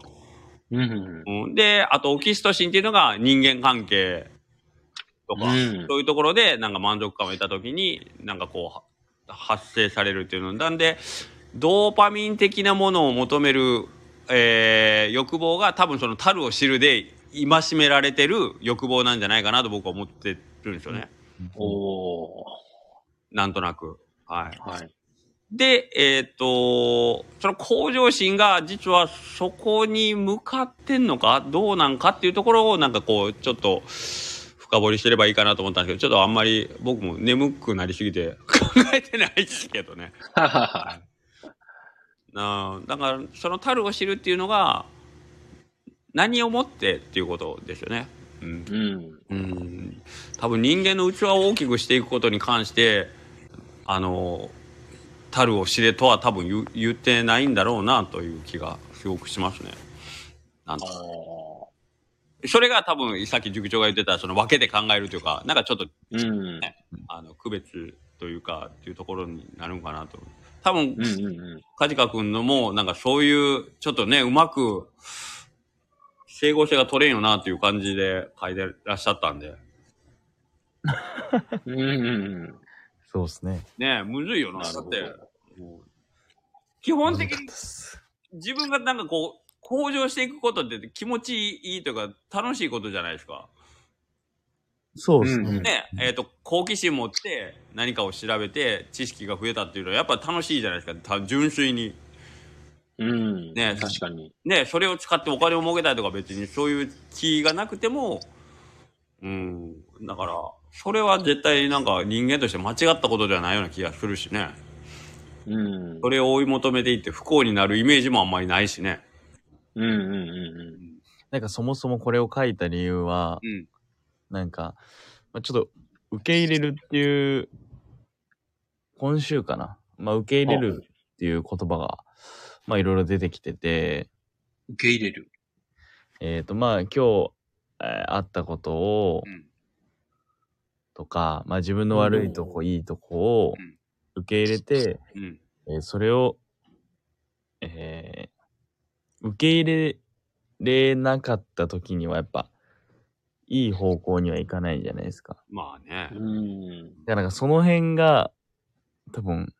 S2: うん。
S1: うん、で、あとオキシトシンっていうのが人間関係とか、
S2: うん
S1: そういうところでなんか満足感を得た時に、なんかこう、は発生されるっていうのなんで、ドーパミン的なものを求める、えー欲望が多分その樽を知るで戒められてる欲望なんじゃないかなと僕は思ってるんですよね。
S2: おー。
S1: なんとなく。はい。
S2: はい。
S1: で、えっ、と、その向上心が実はそこに向かってんのかどうなんかっていうところをなんかこう、ちょっと深掘りすればいいかなと思ったんですけど、ちょっとあんまり僕も眠くなりすぎて 考えてないですけどね。
S2: ははは。
S1: なあだから、その樽を知るっていうのが、何をもってっていうことですよね。うん
S2: うん。
S1: うん多分人間の器を大きくしていくことに関してあのたるを知れとは多分言う言ってないんだろうなという気がすごくしますね。なん
S2: あ
S1: か
S2: あ。
S1: それが多分さっき塾長が言ってたその分けて考えるというかなんかちょっと
S2: うん。
S1: あの区別というかっていうところになるのかなと。多分
S2: うんうんうん。
S1: カジカ君のもなんかそういうちょっとねうまく整合性が取れんよなという感じで書いてらっしゃったんで。
S2: うんうんうん。
S3: そうですね。
S1: ねえ、むずいよな。
S2: なる
S1: だっ
S2: ほど
S1: て、基本的
S3: 難か
S1: に
S3: ったっす
S1: 自分がなんかこう、向上していくことって気持ちいいというか、楽しいことじゃないですか。
S3: そうですね。
S2: うん
S1: ねえ、えっ、と、好奇心持って何かを調べて知識が増えたっていうのはやっぱ楽しいじゃないですか。た純粋に。
S2: うん。
S1: ね
S2: 確かに。
S1: ねえ、それを使ってお金を儲けたいとか別にそういう気がなくても、うん、だから、それは絶対なんか人間として間違ったことではないような気がするしね。
S2: うん。
S1: それを追い求めていって不幸になるイメージもあんまりないしね。
S2: うんうんうん
S3: なんかそもそもこれを書いた理由は、
S1: うん
S3: なんか、まあ、ちょっと受け入れるっていう、今週かな。まあ受け入れるっていう言葉が、まあいろいろ出てきてて、
S2: うん。受け入れる。
S3: えっ、とまあ今日、えーあったことを、
S1: うん
S3: とか、まあ自分の悪いとこ、いいとこを
S1: うん
S3: 受け入れて、
S1: うん。
S3: えーそれを、えー受け入れれなかった時にはやっぱ、いい方向にはいかないじゃないですか。
S1: まあね
S2: う。ん。
S3: だからなんかその辺が、多分、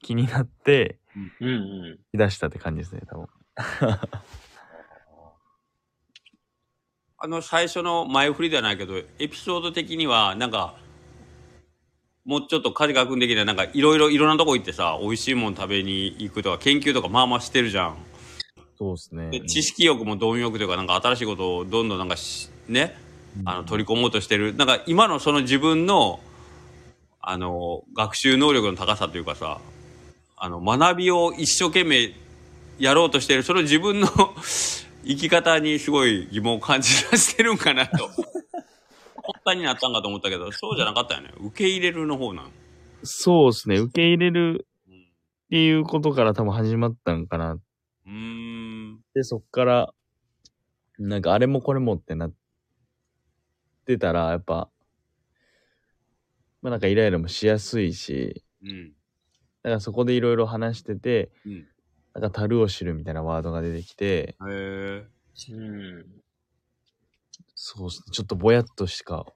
S3: 気になって、
S2: うんうん。
S3: 出したって感じですね、多分。
S1: あの、最初の前振りではないけど、エピソード的には、なんか、もうちょっと梶川君的には、なんか、いろいろ、いろんなとこ行ってさ、美味しいもん食べに行くとか、研究とかまあまあしてるじゃん。
S3: そうですね
S1: で、知識欲も貪欲というか、なんか新しいことをどんどんなんかし、ね、あの、取り込もうとしてる。なんか、今のその自分の、あの、学習能力の高さというかさ、あの、学びを一生懸命やろうとしてる、その自分の 生き方にすごい疑問を感じさせてるんかな と。本当になったんかと思ったけど、そうじゃなかったよね。受け入れるの方なの。
S3: そうですね、受け入れる
S1: うん
S3: っていうことから多分始まったんかな。
S1: うーん。
S3: で、そっから、なんかあれもこれもってなってたら、やっぱ、まあなんかイライラもしやすいし、
S1: うん。
S3: だからそこでいろいろ話してて、
S1: うん。
S3: なんか樽を知るみたいなワードが出てきて、
S1: へえ。
S2: うん。
S3: そうですね、ちょっとぼやっとしか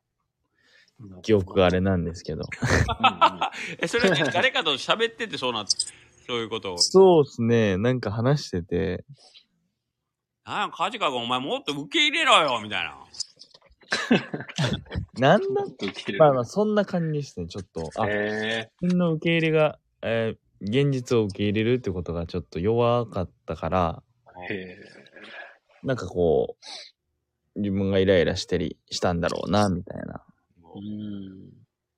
S3: 記憶があれなんですけど。
S1: え、それって誰かと喋っててそうなって、そういうことを。
S3: そうですね、なんか話してて、
S1: なんや、カジカ君、お前もっと受け入れろよみたい な。
S3: なんだ
S2: うん。受け入れる。
S3: まあまあそんな感じですね、ちょっと。あ、
S2: へ
S3: 自分の受け入れが、えー現実を受け入れるってことがちょっと弱かったから、
S2: え。へえ。
S3: なんかこう、自分がイライラしたりしたんだろうな、みたいな。
S2: うん。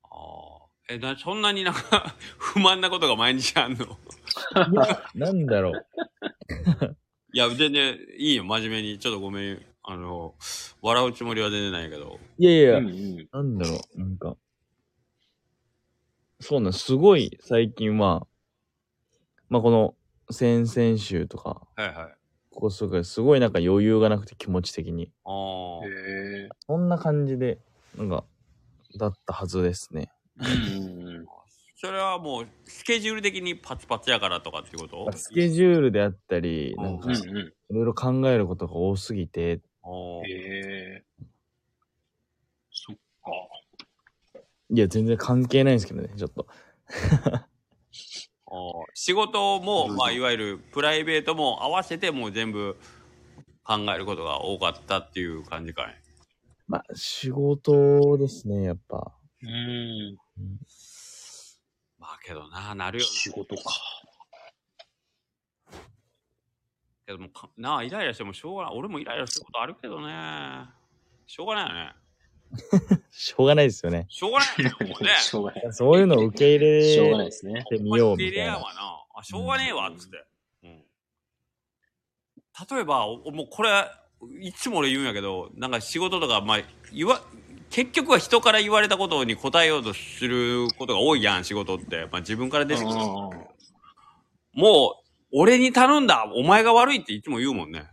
S1: ああ。え、な、そんなになんか、 不満なことが毎日あんの
S3: なんだろう。
S1: いや、全然いいよ、真面目に。ちょっとごめん。あの、笑うつもりは全然ないけど。
S3: いやいや、
S2: うんうん。
S3: なんだろう。なんか。そうなんすごい最近は、まあ、この先々週とか、
S1: はいはい。あ
S3: ここ数回すごいなんか余裕がなくて気持ち的に。
S1: あ。
S2: へえ。
S3: そんな感じで、なんか、だったはずですね。
S2: うんうん。
S1: それはもう、スケジュール的にパツパツやからとかっていうこと
S3: スケジュールであったり、なん
S2: う
S3: か
S2: ん
S3: い
S2: うん。
S3: ろいろ考えることが多すぎて、
S1: あー
S2: へえ。そっか。
S3: いや、全然関係ないんですけどね、ちょっと。
S1: あー。仕事も、
S2: うん
S1: まあ、いわゆるプライベートも合わせてもう全部考えることが多かったっていう感じかね。
S3: まあ、仕事ですね、やっぱ。
S2: うん。
S1: まあけどな、なるよな。
S2: 仕事か。
S1: けどもかなあイライラしてもしょうがない俺もイライラすることあるけどねしょうがないよね
S3: しょうがないですよね。
S1: しょうがないよもうね
S2: しょうがない。
S3: そういうのを受け入
S2: しょうがない
S3: れ
S2: ですね。
S3: てみようみ
S1: リ
S3: たい
S1: レア
S3: な。
S1: はなあしょうがねえわっつって、うん例えば、おもうこれ、いつも俺言うんやけど、なんか仕事とか、まあ、言わ、結局は人から言われたことに答えようとすることが多いやん、仕事って。まあ自分からですけど、もう、俺に頼んだお前が悪いっていつも言うもん ね。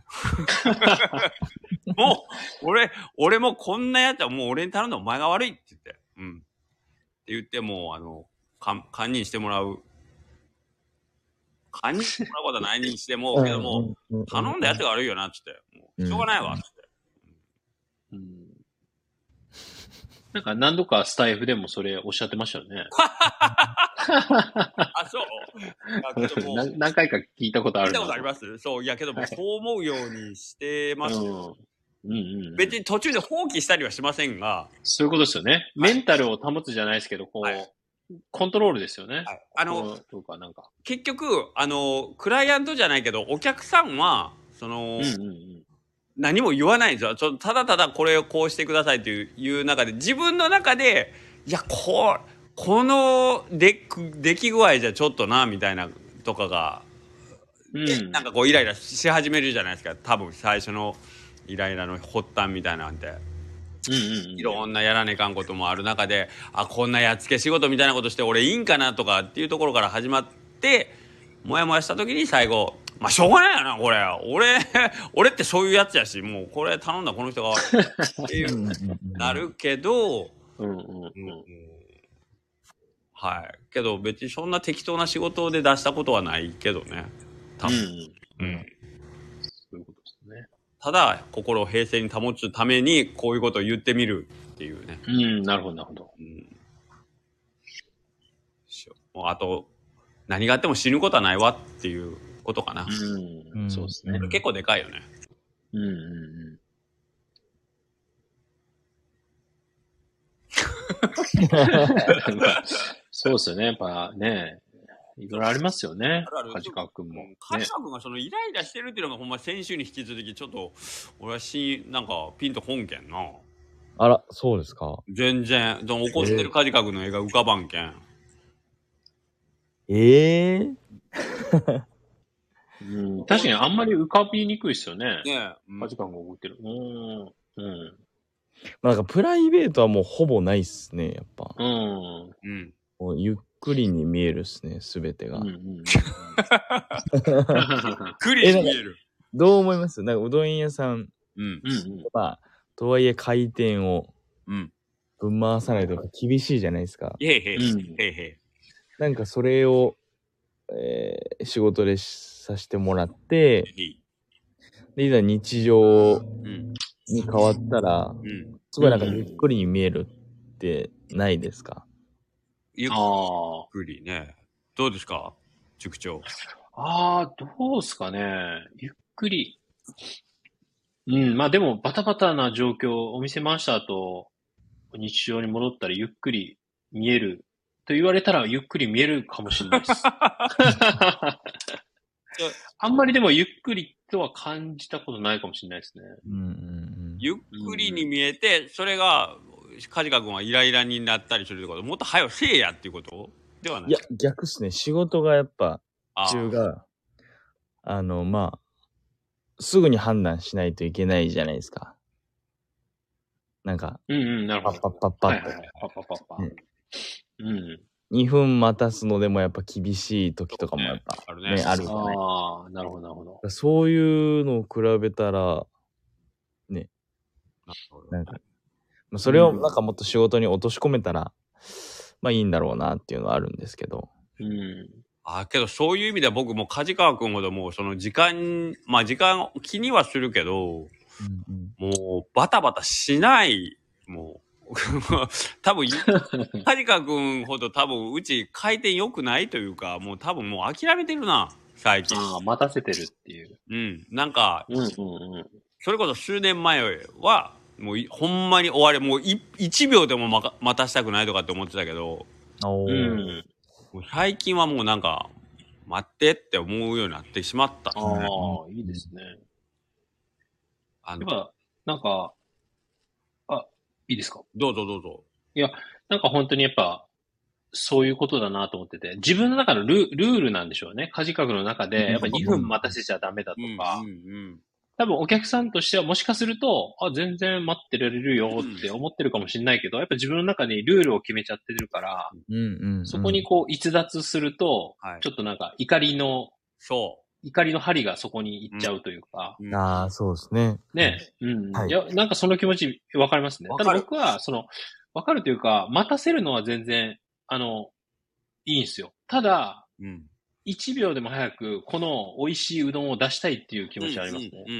S1: もう、俺、俺もこんなやつはもう俺に頼んだお前が悪いって言って。うん。って言って、もう、あの、かん、堪忍してもらう。堪忍してもらうことはないにしても、けども、
S3: も
S1: 頼んだやつが悪いよな、つって。もうしょうがないわ、つって。
S2: うんなんか何度かスタイフでもそれおっしゃってましたよね。
S1: あ、そう。だけどもう
S2: な 何回か聞いたことあ
S1: 聞い
S2: るな
S1: たことありますそう。いやけども、そう思うようにしてます。
S2: うんうんうん、
S1: 別に途中で放棄したりはしませんが、
S2: そういうことですよね。メンタルを保つじゃないですけど、こう、
S1: はい
S2: コントロールですよね。
S1: あ
S2: あ
S1: の、、
S2: とかなんか。
S1: 結局、あの、クライアントじゃないけど、お客さんは、その、
S2: うんうんうん。
S1: 何も言わないんですよ。ちょただただこれをこうしてくださいっていういう中で、自分の中で、いや、こう、この出来出来具合じゃちょっとな、みたいな、とかが
S2: う
S1: で
S2: ん、
S1: なんかこうイライラし始めるじゃないですか多分最初のイライラの発端みたいなんて
S2: うんうんうん、
S1: いろんなやらねかんこともある中であこんなやっつけ仕事みたいなことして俺いいんかなとかっていうところから始まってモヤモヤした時に最後まあしょうがないよなこれ俺 俺ってそういうやつやしもうこれ頼んだこの人が悪いっていうなるけど、
S2: うんうんうん。
S1: はいけど別にそんな適当な仕事で出したことはないけどね多
S2: うんう
S1: 分、
S2: ん。
S1: うん
S2: そういうことですね。
S1: ただ心を平静に保つためにこういうことを言ってみるっていうね、
S2: うん、なるほど、なるほど。
S1: うん、しようもうあと何があっても死ぬことはないわっていうことかな、
S2: う、
S3: うんん
S2: そうですね。
S1: 結構でかいよね
S2: うん うんうん。そうですよね。やっぱね、いろいろありますよね
S1: あるある。
S2: 梶川君も。ね、
S1: 梶川君がそのイライラしてるっていうのがほんま先週に引き続きちょっと俺はしなんかピンと本件な
S3: あら、そうですか。
S1: 全然その怒ってる梶川君の映画浮かばんけん
S3: ええ
S2: うん、確かにあんまり浮かびにくいですよね。
S1: ねえ、うん
S2: 梶川君が動いてる。うん。うん。
S3: まあなんかプライベートはもうほぼないっすね、やっぱ。
S2: うん。
S1: うん、
S3: もうゆっくりに見えるっすね、すべて
S2: う
S3: が。
S2: んうん。
S1: クリアに見える
S3: どう思いますなんかうどん屋さん、
S1: うん
S2: うん
S3: まあ、とはいえ回転を
S1: うん
S3: ぶん回さないと厳しいじゃないですか。
S1: へいへい、
S2: うん
S1: へいへい
S3: なんかそれを、えー仕事でしさせてもらって、
S1: へい
S3: でいざ日常
S1: うん
S3: に変わったら、
S1: うん
S3: すごいなんかゆっくりに見えるってないですか、
S1: ゆっ
S2: あ
S1: くりね。どうですか塾長。
S2: あ。ああ、どうですかね。ゆっくり。うん、まあでも、バタバタな状況、お店回した後、日常に戻ったらゆっくり見える。と言われたら、ゆっくり見えるかもしれない です。あんまりでも、ゆっくりとは感じたことないかもしれないですね。
S3: うんうん
S1: ゆっくりに見えて、それが、梶川君はイライラになったりするってこと、もっと早よせえやっていうことでは
S3: う。
S1: なんい。
S3: いや、逆っすね。仕事がやっぱ、
S1: あ
S3: 中が、あの、まあ、すぐに判断しないといけないじゃないですか。なんか、
S2: うんうん、なる
S3: パ
S2: ほ
S3: ッパッ
S2: ど。
S3: パッパ
S2: はい
S3: ッ
S2: は
S3: と
S2: いはい。パッパッパッパ
S3: ね。
S2: うん。
S3: 2分待たすのでもやっぱ厳しい時とかもやっぱ、
S1: あるね
S3: ね、あるじゃない
S2: ああ、なるほど、なるほど。
S3: そういうのを比べたら、
S1: なるほど
S3: なんか、まあそれを
S2: うん
S3: なんかもっと仕事に落とし込めたら、まあいいんだろうなっていうのはあるんですけど。
S2: うん。
S1: あけどそういう意味では僕も梶川君ほどもうその時間、まあ時間を気にはするけど、もうバタバタしない、もう。 多 分、梶川君ほど多分うち回転良くないというか、もう多分もう諦めてるな、最近。
S2: ああ、待たせてるっていう。
S1: うん。なんか、
S2: うんうんうん。
S1: それこそ数年前は、もういほんまに終わり、もうい1秒でもまか待たしたくないとかって思ってたけど、
S3: お
S2: う
S3: ー
S2: ん。
S1: もう最近はもうなんか、待ってって思うようになってしまった
S2: あ。あ、いいですね。
S1: あ
S2: やっ
S1: の
S2: ぱ、なんか、あ、いいですか
S1: どうぞどうぞ。
S2: なんか本当にやっぱ、そういうことだなと思ってて、自分の中のルルールなんでしょうね。家事覚の中で、やっぱ2分待たせちゃダメだと
S1: うん
S2: か、
S1: うん
S2: 多分お客さんとしてはもしかすると、あ、全然待ってられるよって思ってるかもしれないけど、やっぱ自分の中にルールを決めちゃってるから、
S3: うんうんうん
S2: そこにこう逸脱すると、
S1: はい
S2: ちょっとなんか怒りの、
S1: そ
S2: 怒りの針がそこに行っちゃうというか、
S1: う。
S3: ああ、そうですね。
S2: ね、うん、
S3: はい
S2: い。や、なんかその気持ちわかりますね。
S1: わか
S2: た
S1: る
S2: だ僕は、その、わかるというか、待たせるのは全然、あの、いいんですよ。ただ、
S1: うん。
S2: 1秒でも早く、この美味しいうどんを出したいっていう気
S1: 気
S2: 持ちはありますね。
S1: うんうん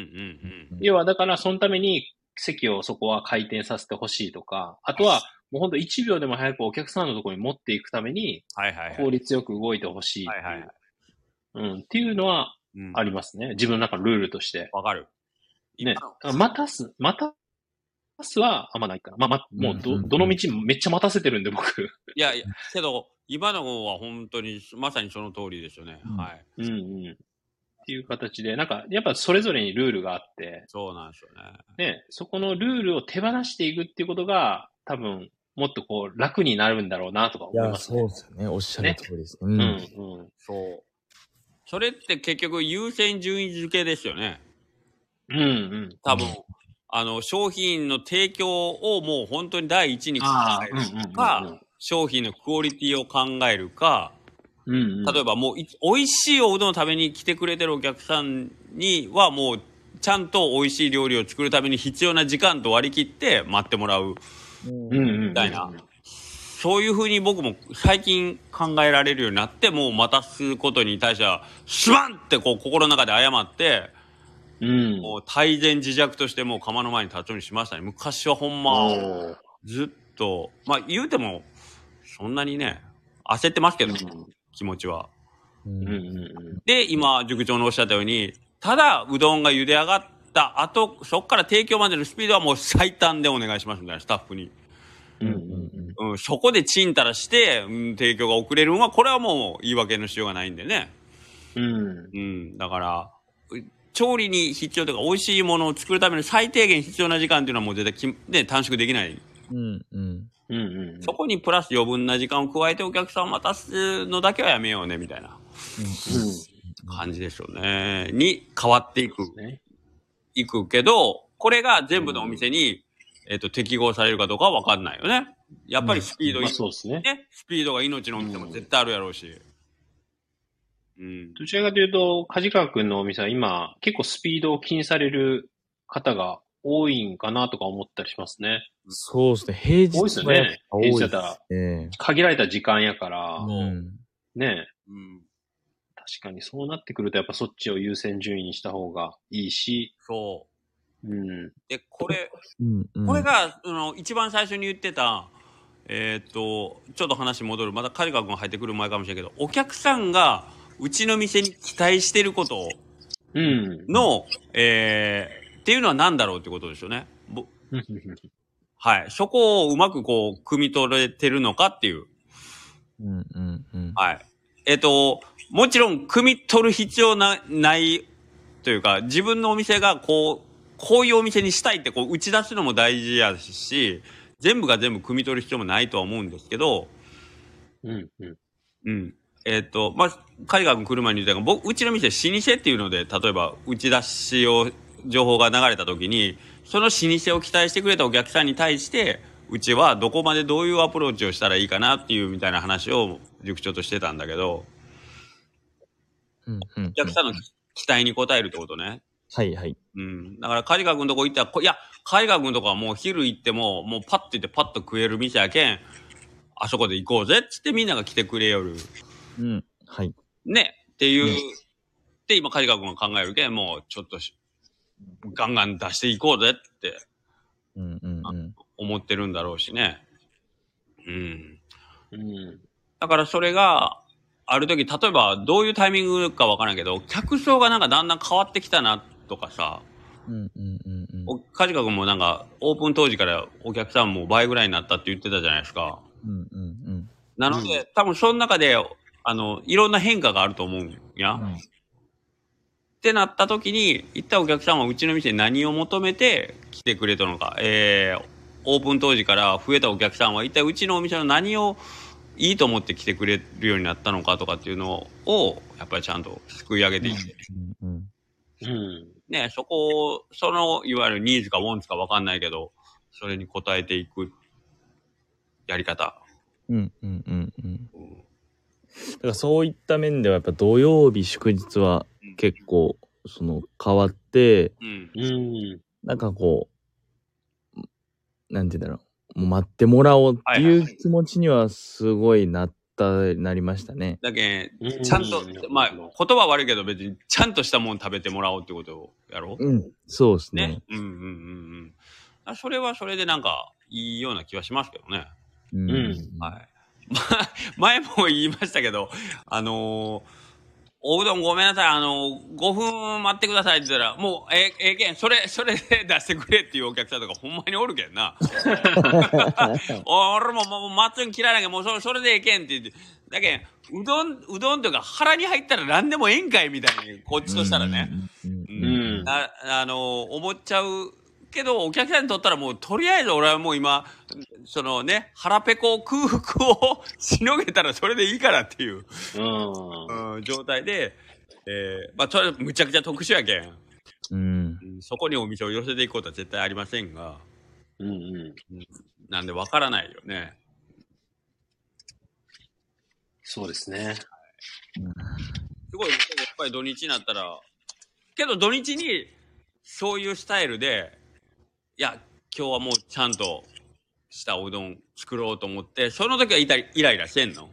S1: うん。
S2: 要は、だから、そのために席をそこは回転させてほしいとか、あとは、もうほんと1秒でも早くお客さんのところに持っていくために、
S1: はいはいはい。
S2: 効率よく動いてほしいっていう。
S1: はいはいは
S2: うん、っていうのは
S1: うん
S2: ありますね。自分の中のルールとして。
S1: わかる。
S2: ね
S1: あの。
S2: 待たす、待たすはあんまないかな。まあ、ま、もうど、
S3: うんうんうん
S2: どの道めっちゃ待たせてるんで、 僕。
S1: いやいや、けど、今の方は本当に、まさにその通りですよね。
S3: うん
S1: はい。
S2: うんうん。っていう形で、なんか、やっぱそれぞれにルールがあって、
S1: そうなんですよね。
S2: ね、そこのルールを手放していくっていうことが、多分、もっとこう、楽になるんだろうな、とか
S3: い
S2: 思い
S3: や、
S2: ます
S3: そう
S2: ね
S3: で。すよね。おっしゃる通りです。う。
S2: うんん、うん。
S1: そう。それって結局優先順位付けですよね。
S2: うん、うん。
S1: 多分、あの、商品の提供をもう本当に第一に考
S2: ああ、
S1: え
S2: うんうん
S1: るか、商品のクオリティを考えるか、
S2: うんうん。うんうん。
S1: 例えばもうい、美味しいおうどんを食べに来てくれてるお客さんにはもう、ちゃんと美味しい料理を作るために必要な時間と割り切って待ってもらう。
S2: うんうん。
S1: みたいなそういうふうに僕も最近考えられるようになって、もう待たすことに対しては、シュワンってこう心の中で謝って、
S2: うん。
S1: もう大前自弱としてもう釜の前に立つようにしましたね。昔はほんま、
S2: おー
S1: ずっと、まあ言うても、そんなにね、焦ってますけど、気持ちは。
S3: うん
S2: うんうんうん。
S1: で、今、塾長のおっしゃったように、ただうどんが茹で上がった後、そこから提供までのスピードはもう最短でお願いしますみたいな、スタッフに。
S2: うんうん
S1: うん、そこでチンたらして、うん、提供が遅れるんは、これはもう言い訳のしようがないんでね。
S2: うん。
S1: うん、だから、う調理に必要とか、美味しいものを作るための最低限必要な時間っていうのはもう絶対き、ね、短縮できない。
S3: うん。うん。
S2: うんうん。
S1: そこにプラス余分な時間を加えてお客さんを待たすのだけはやめようね、みたいな感じでしょうね。に変わっていく、
S2: うん。ね。
S1: いくけど、これが全部のお店に、えっと、適合されるかどうかはわかんないよね。やっぱりスピード、
S2: まあそうですね。
S1: ね、スピードが命のお店も絶対あるやろうし。うん。
S2: どちらかというと、梶川君のお店は今、結構スピードを気にされる方が多いんかなとか思ったりしますね。
S3: そうですね。平日
S2: 多いですよね。
S3: 多
S2: 平
S3: い
S2: 日だ
S3: で
S2: ったら
S3: すね。
S2: 限られた時間やから、
S3: うん。
S2: ね。
S1: うん、
S2: 確かにそうなってくると、やっぱそっちを優先順位にした方がいいし、
S1: そ
S2: うん。
S1: う。で、これ、
S3: うんうん
S1: これ、が、その一番最初に言ってたえーっとちょっと話戻るまたカリカ君入ってくる前かもしれんけどお客さんがうちの店に期待してること
S2: うん。
S1: の、えーっていうのは何だろうってことですよね。ぼ
S2: うん
S1: はい。そこをうまくこう、汲み取れてるのかっていう。
S3: うんうんうん。
S1: はい。えーっ、と、もちろん、汲み取る必要な、ない、というか、自分のお店がこう、こういうお店にしたいってこう、打ち出すのも大事やし、全部が全部汲み取る必要もないとは思うんですけど、
S2: うん。うん。
S1: うん。えっ、と、まあ、海外の車に言ったけど、僕、うちの店、老舗っていうので、例えば、打ち出しを、情報が流れた時に、その老舗を期待してくれたお客さんに対して、うちはどこまでどういうアプローチをしたらいいかなっていうみたいな話を塾長としてたんだけど、
S3: うんうんうん
S1: お客さんの期待に応えるってことね。
S3: はいはい。
S1: うん。だから、海外君のとこ行ったらこ、いや、海外君のとこはもう昼行っても、もうパッと行ってパッと食える店やけん、あそこで行こうぜっつってみんなが来てくれよる。
S3: うん。はい。
S1: ね、っていう、で、今、梶川君が考えるけん、もう、ちょっとし、ガンガン出していこうぜって
S3: うんうんうん。
S1: 思ってるんだろうしね。うん。
S2: うん。
S1: だから、それが、ある時、例えば、どういうタイミングかわからんけど、客層がなんかだんだん変わってきたな、とかさ、
S3: うんうんうんうん。
S1: お梶川君もなんか、オープン当時からお客さんも倍ぐらいになったって言ってたじゃないですか。
S3: うんうん
S1: なので、多分、その中で、あの、いろんな変化があると思うんや。
S3: うん。
S1: ってなった時に行ったお客さんはうちの店に何を求めて来てくれたのか、えー、オープン当時から増えたお客さんは一体うちのお店の何をいいと思って来てくれるようになったのかとかっていうのをやっぱりちゃんとすくい上げていって、
S3: うんうん
S2: うん。
S1: ねそこをそのいわゆるニーズかウォンツか分かんないけどそれに応えていくやり方
S3: うんうんうんうん。だからそういった面ではやっぱ土曜日祝日は結構その変わって、
S1: うん
S2: うん。
S3: なんかこう、なんて言うんだろう。もう待ってもらおうって
S1: はい
S3: い
S1: はいう
S3: 気持ちにはすごいなった、なりましたね。
S1: だけん
S2: うん
S1: ちゃんと、まあ、言葉悪いけど別に、ちゃんとしたもん食べてもらおうってことをやろう。
S3: うん。そうですね。
S1: ね。うんうんうんうんあ。それはそれでなんか、いいような気はしますけどね。
S3: うん
S2: うん
S1: はい。 まあ前も言いましたけど、あのーおうどんごめんなさい、あのー、5分待ってくださいって言ったら、もう、えええけん、それ、それで出してくれっていうお客さんとかほんまにおるけん な。お俺ももう、待つん嫌いなけん、もうそれ、それでええけんって言って。だけん、うどん、うどんとか腹に入ったら何でもええんかいみたいに、こっちとしたらね。
S3: うん。
S1: う
S3: うんん。
S2: うん
S1: ああの思っちゃうけどお客さんにとったらもうとりあえず俺はもう今そのね腹ペコを空腹をしのげたらそれでいいからっていう、
S2: うん。
S1: うん状態で、えーまあそれはむちゃくちゃ特殊やけん
S3: うん
S1: うんそこにお店を寄せていくことは絶対ありませんが
S2: うんうん。
S1: なんでわからないよね。
S2: そうですね。
S1: すごい、やっぱり土日になったら、けど土日に、そういうスタイルで、いや、今日はもうちゃんとしたおうどん作ろうと思って、その時はいたりイライラしてんの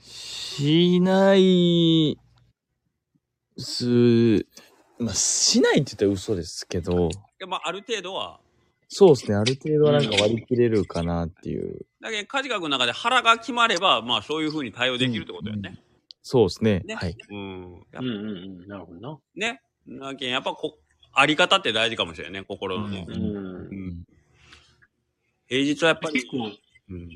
S3: しないす、まあ、しないって言ったら嘘ですけど、
S1: でまあ、ある程度は、
S3: そうですね、ある程度はなんか割り切れるかなっていう。
S1: だけど、カジカ君の中で腹が決まれば、まあ、そういうふうに対応できるってことよね。
S3: そうですね。
S1: ね
S3: はい。
S1: うん。や
S2: う
S1: っ
S2: ん
S1: ぱ
S2: うんうん。なるほどな。
S1: ね。なけんやっぱこ、あり方って大事かもしれんね、心のね。
S3: う
S2: うん。
S1: うん平日はやっぱり
S2: 結、構、
S1: うん。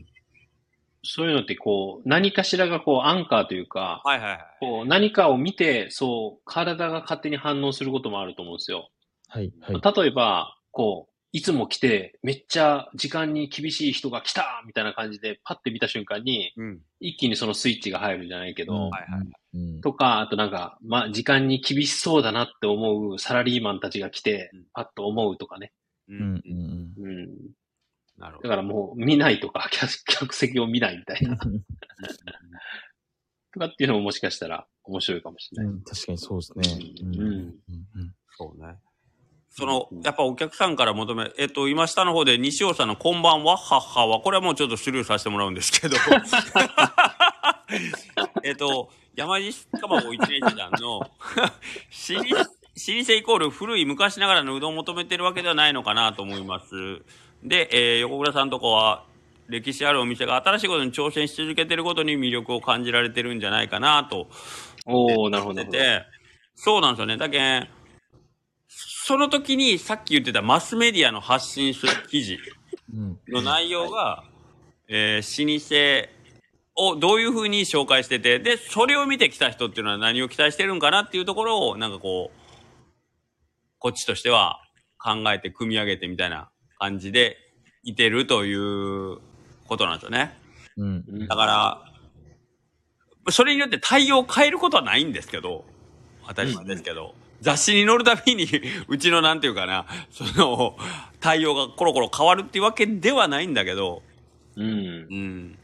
S2: そういうのってこう、何かしらがこう、アンカーというか、
S1: はいはいはい。
S2: こう、何かを見て、そう、体が勝手に反応することもあると思うんですよ。
S3: はい。はい。
S2: 例えば、こう、いつも来て、めっちゃ時間に厳しい人が来たみたいな感じで、パッて見た瞬間に、
S1: うん。
S2: 一気にそのスイッチが入るんじゃないけど、
S1: はいはい。
S3: うん
S2: とか、あとなんか、まあ、時間に厳しそうだなって思うサラリーマンたちが来て
S1: うん、
S2: パッと思うとかね。
S1: う
S3: うんうん。うん
S2: うん。
S1: なるほ
S2: だ
S1: ど。
S2: からもう、見ないとか、客客席を見ないみたいな。とかっていうのももしかしたら面白いかもしれ
S3: う
S2: ない。
S3: ん確かにそうですね。
S2: うん
S3: うん
S1: そうね。その、やっぱお客さんから求め、えっと、今下の方で西尾さんのこんばんは、はっはは、これはもうちょっとスルーさせてもらうんですけ ど。えっと、山西卵一年時団の、死に、老舗イコール古い昔ながらのうどんを求めてるわけではないのかなと思います。で、えー横倉さんとこは歴史あるお店が新しいことに挑戦し続けてることに魅力を感じられてるんじゃないかなと
S2: おー、なるほ
S1: 出
S2: ど。なるほど
S1: て、そうなんですよね。だけん、その時にさっき言ってたマスメディアの発信する記事
S3: うん
S1: の内容が、えー老舗をどういうふうに紹介してて、で、それを見てきた人っていうのは何を期待してるんかなっていうところを、なんかこう、こっちとしては考えて組み上げてみたいな感じでいてるということなんですよね。
S3: うん
S2: うん
S1: だから、それによって対応を変えることはないんですけど、当たり前ですけど、雑誌に載るたびに、 うちのなんていうかな、その、対応がコロコロ変わるっていうわけではないんだけど、
S2: うん。
S1: うん。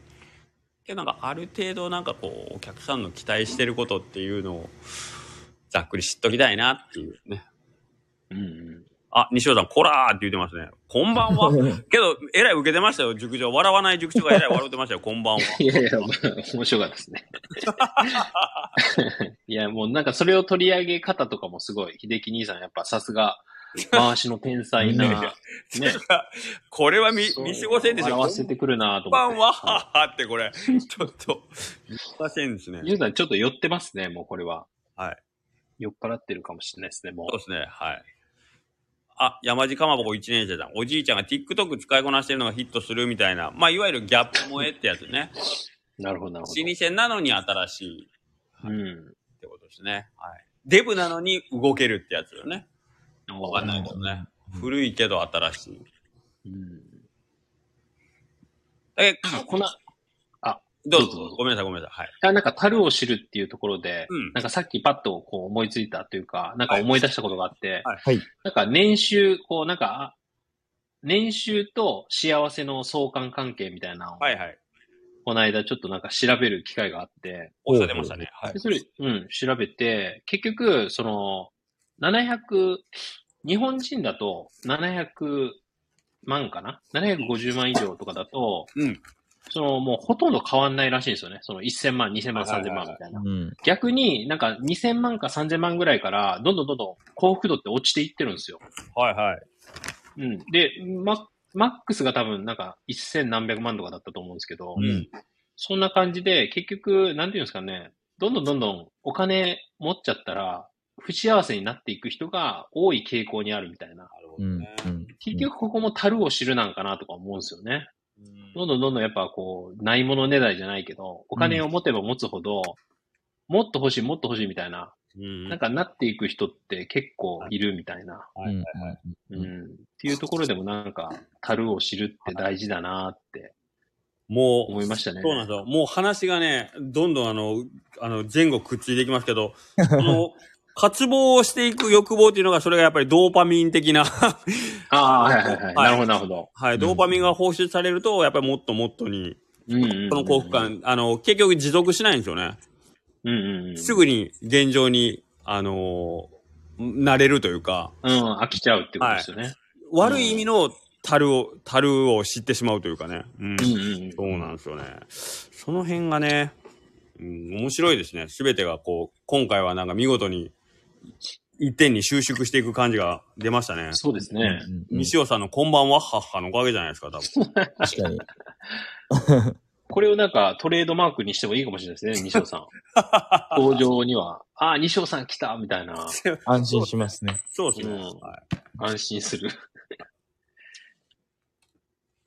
S1: けどなんかある程度なんかこう、お客さんの期待してることっていうのを、ざっくり知っときたいなっていうね。
S2: うんうん。
S1: あ、西尾さん、こらーって言ってますね。こんばんは。けど、えらい受けてましたよ、塾長。笑わない塾長がえらい笑ってましたよ、こんばんは。
S2: いやいや、まあ面白かったですね。 いや、もうなんかそれを取り上げ方とかもすごい。秀樹兄さんやっぱさすが、回しの天才 な、ね。
S1: これは見、見過ごせんでしょ。
S2: 笑わせてくるな
S1: こ
S2: と
S1: んば
S2: 思っ
S1: ん
S2: て。
S1: は、ははってこれ、ちょっと、見過ごせんですね。
S2: ゆうさんちょっと酔ってますね、もうこれは。
S1: はい。
S2: 酔っ払ってるかもしれないですね、も
S1: そうですね、はい。あ、山地かまぼこ1年生だ。おじいちゃんが TikTok 使いこなしてるのがヒットするみたいな、まあ、いわゆるギャップ萌えってやつね。
S2: う。なるほど、なるほ
S1: 老舗なのに新しい
S2: ど。うん。
S1: ってことですね。はい。デブなのに動けるってやつよね。わかんないけどね。古いけど新しい。
S2: うん。
S1: え、
S2: この、
S1: どう
S2: どうぞ
S1: ぞ。ごめんなさい、ごめんなさい。はい。
S2: あなんか、樽を知るっていうところで、
S1: うん。
S2: なんかさっきパッとこう思いついたというか、なんか思い出したことがあって、
S3: はい。
S2: なんか年収、こうなんか、あ年収と幸せの相関関係みたいなのを、
S1: はいはい。
S2: この間ちょっとなんか調べる機会があって、
S1: おっしゃってましたね。はい
S2: で。それ、うん、調べて、結局、その、700、日本人だと700万かな ?750 万以上とかだと、
S1: うん
S2: そのもうほとんど変わんないらしいんですよね。その1000万、2000万、
S1: はいはい
S2: 3000
S1: は
S2: 万
S1: い
S2: みたいな。
S3: うん。
S2: 逆になんか2000万か3000万ぐらいから、どんどんどんどん幸福度って落ちていってるんですよ。
S1: はいはい。
S2: うん。で、ママックスが多分なんか1000何百万とかだったと思うんですけど、
S1: うん
S2: そんな感じで、結局、なんていうんですかね、どんどんどんどんお金持っちゃったら、不幸せになっていく人が多い傾向にあるみたいな。
S3: うん。うん
S2: 結局ここも樽を知るなんかなとか思うんですよね。どんどんどんどんやっぱこう、ないものねだりじゃないけど、お金を持てば持つほど、もっと欲しい、もっと欲しいみたいな、
S1: うん
S2: なんかなっていく人って結構いるみたいな。
S1: はいはい
S3: うん
S2: うんっていうところでもなんか、樽を知るって大事だなって
S1: もう、
S2: 思いましたね。
S1: そうなんですよ。もう話がね、どんどんあの、あの、前後くっついていきますけど、その、 渇望をしていく欲望っていうのが、それがやっぱりドーパミン的な、
S2: ああ、はいはいはい。
S1: はい
S2: なるほど、なるほど。
S1: はい、
S3: ん
S1: ドーパミンが放出されると、やっぱりもっともっとに、
S2: うんうんうん
S1: その幸福。感、あの、結局持続しないんですよね。
S2: うんうんうん。
S1: す。ぐに現状に、あのー、なれるというか、
S2: うん、飽きちゃうってことですよね。
S1: 悪い意味の樽を、樽を知ってしまうというかね。うん。
S2: うんうん
S1: そうなんですよね。その辺がね、うん、面白いですね。すべてがこう、今回はなんか見事に、一点に収縮していく感じが出ましたね
S2: うん。。そうですね。
S3: うん
S1: 西尾さんのこんばんはっはっはのおかげじゃないですか、多分。
S3: 確かに。
S2: これをなんかトレードマークにしてもいいかもしれないですね、 西尾さん。登場には、ああ、西尾さん来たみたいな、
S3: 安心しますね。
S1: そうですね。
S2: うん
S1: は
S2: 安心する。
S1: い。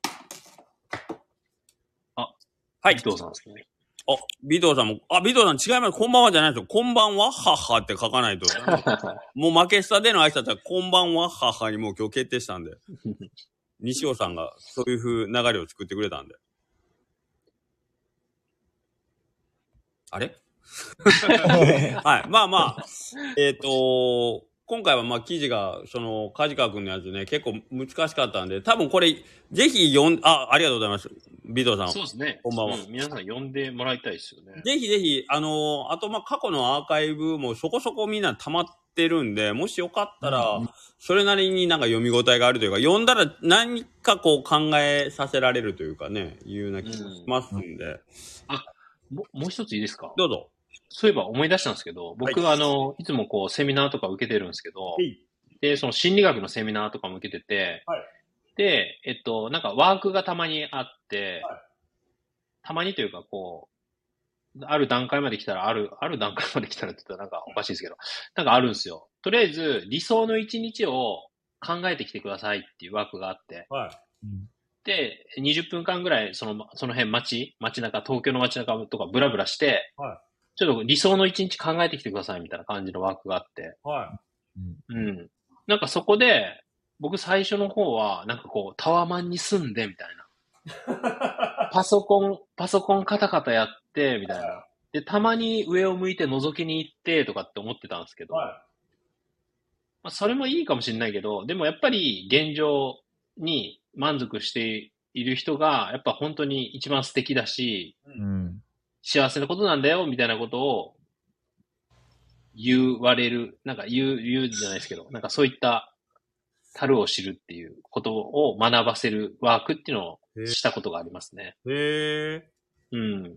S1: はい。
S2: 伊藤さんで すね。
S1: あ、尾藤さんも、あ、尾藤さん違います。こんばんはじゃないですよ。こんばんは、はっはって書かないと。もう負け下での挨拶は、こんばんは、はっはにもう今日決定したんで。西尾さんがそういう風流れを作ってくれたんで。あれはい。まあまあ、えっ、と今回はまあ記事が、その、梶川君のやつね、結構難しかったんで、多分これ、ぜひ読ん、あ、ありがとうございます。尾藤さん。
S2: そうですね。
S1: こんばんは
S2: う皆さん呼んでもらいたいですよね。
S1: ぜひぜひ、あのーあと、まあ、過去のアーカイブもそこそこみんな溜まってるんで、もしよかったら、それなりになんか読み応えがあるというか、読んだら何かこう考えさせられるというかね、いうような気がしますんで、
S2: ももう一ついいですか
S1: どうぞ。
S2: そういえば思い出したんですけど、僕はあの、いつもこうセミナーとか受けてるんですけど
S1: い、
S2: で、その心理学のセミナーとかも受けてて、
S1: はい
S2: で、えっと、なんかワークがたまにあって、たまにというかこう、ある段階まで来たら、ある、ある段階まで来たらって言ったらなんかおかしいですけど、なんかあるんですよ。とりあえず理想の一日を考えてきてくださいっていうワークがあって、
S1: はい。
S2: で、20分間ぐらい、その、その辺街、街中、東京の街中とかブラブラして、
S1: は
S2: ちょっと理想の一日考えてきてくださいみたいな感じのワークがあって、
S1: は
S2: うん。なんかそこで、僕最初の方は、なんかこう、タワマンに住んで、みたいな。パソコン、パソコンカタカタやって、みたいな。で、たまに上を向いて覗きに行って、とかって思ってたんですけど、
S1: は
S2: まあ、それもいいかもしれないけど、でもやっぱり現状に満足している人が、やっぱ本当に一番素敵だし、
S3: うん。
S2: 幸せなことなんだよ、みたいなことを言われる、なんか言う、言うじゃないですけど、なんかそういった樽を知るっていうことを学ばせるワークっていうのをしたことがありますね。
S1: い。へえ。
S2: うん。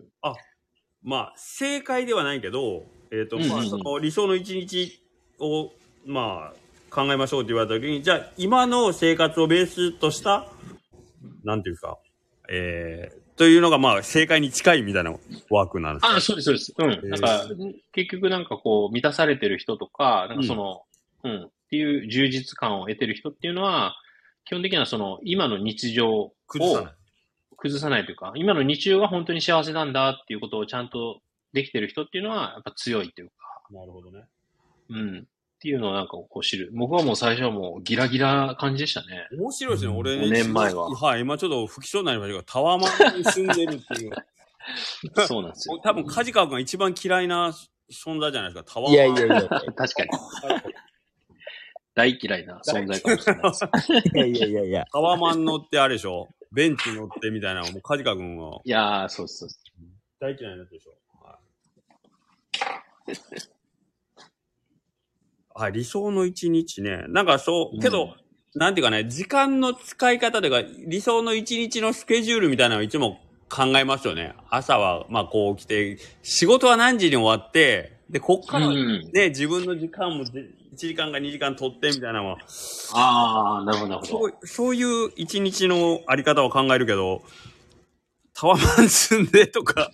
S1: まあ、正解ではないけど、えっ、と、
S2: うんうんうん
S1: まあ、その理想の一日を、まあ、考えましょうって言われたときに、じゃあ、今の生活をベースとした、なんていうか、えー、というのが、まあ、正解に近いみたいなワークなんです
S2: あ、そうです、そうです。うん。なんか、結局なんかこう、満たされてる人とか、なんかその、うん、っていう充実感を得てる人っていうのは、基本的にはその、今の日常を
S1: 崩さない。
S2: 崩さないというか、今の日常が本当に幸せなんだっていうことをちゃんとできてる人っていうのは、やっぱ強いっていうか、
S1: なるほどね。
S2: うん。っていうのをなんかこう知る。僕はもう最初はもうギラギラ感じでした ね。
S1: 面白いですね、俺
S2: 五年前は
S1: はい、今ちょっと不起訴になりましたけど、タワマンに住んでるっていう。
S2: そうなんですよ。
S1: 多分、梶川君が一番嫌いな存在じゃないですか。タワー
S4: いやいやいやい
S2: 確 かに。大嫌いな存在かもしれないです。
S4: やいやいやいや。
S1: タワマン乗ってあれでしょベンチ乗ってみたいなのもう梶川君はい
S2: やー、そうですそうです。
S1: 大嫌いになってるでしょ。はい、理想の一日ね。なんかそう、けど、なんていうかね、時間の使い方というか、理想の一日のスケジュールみたいなのをいつも考えますよね。朝は、まあこう起きて、仕事は何時に終わって、で、こっ
S2: う
S1: から、ね、
S2: ん。
S1: 自分の時間も1時間か2時間取ってみたいなのは、
S2: あー、なるほど、なる
S1: そ
S2: ほど。
S1: うそういう一日のあり方を考えるけど、タワマン住んでとか、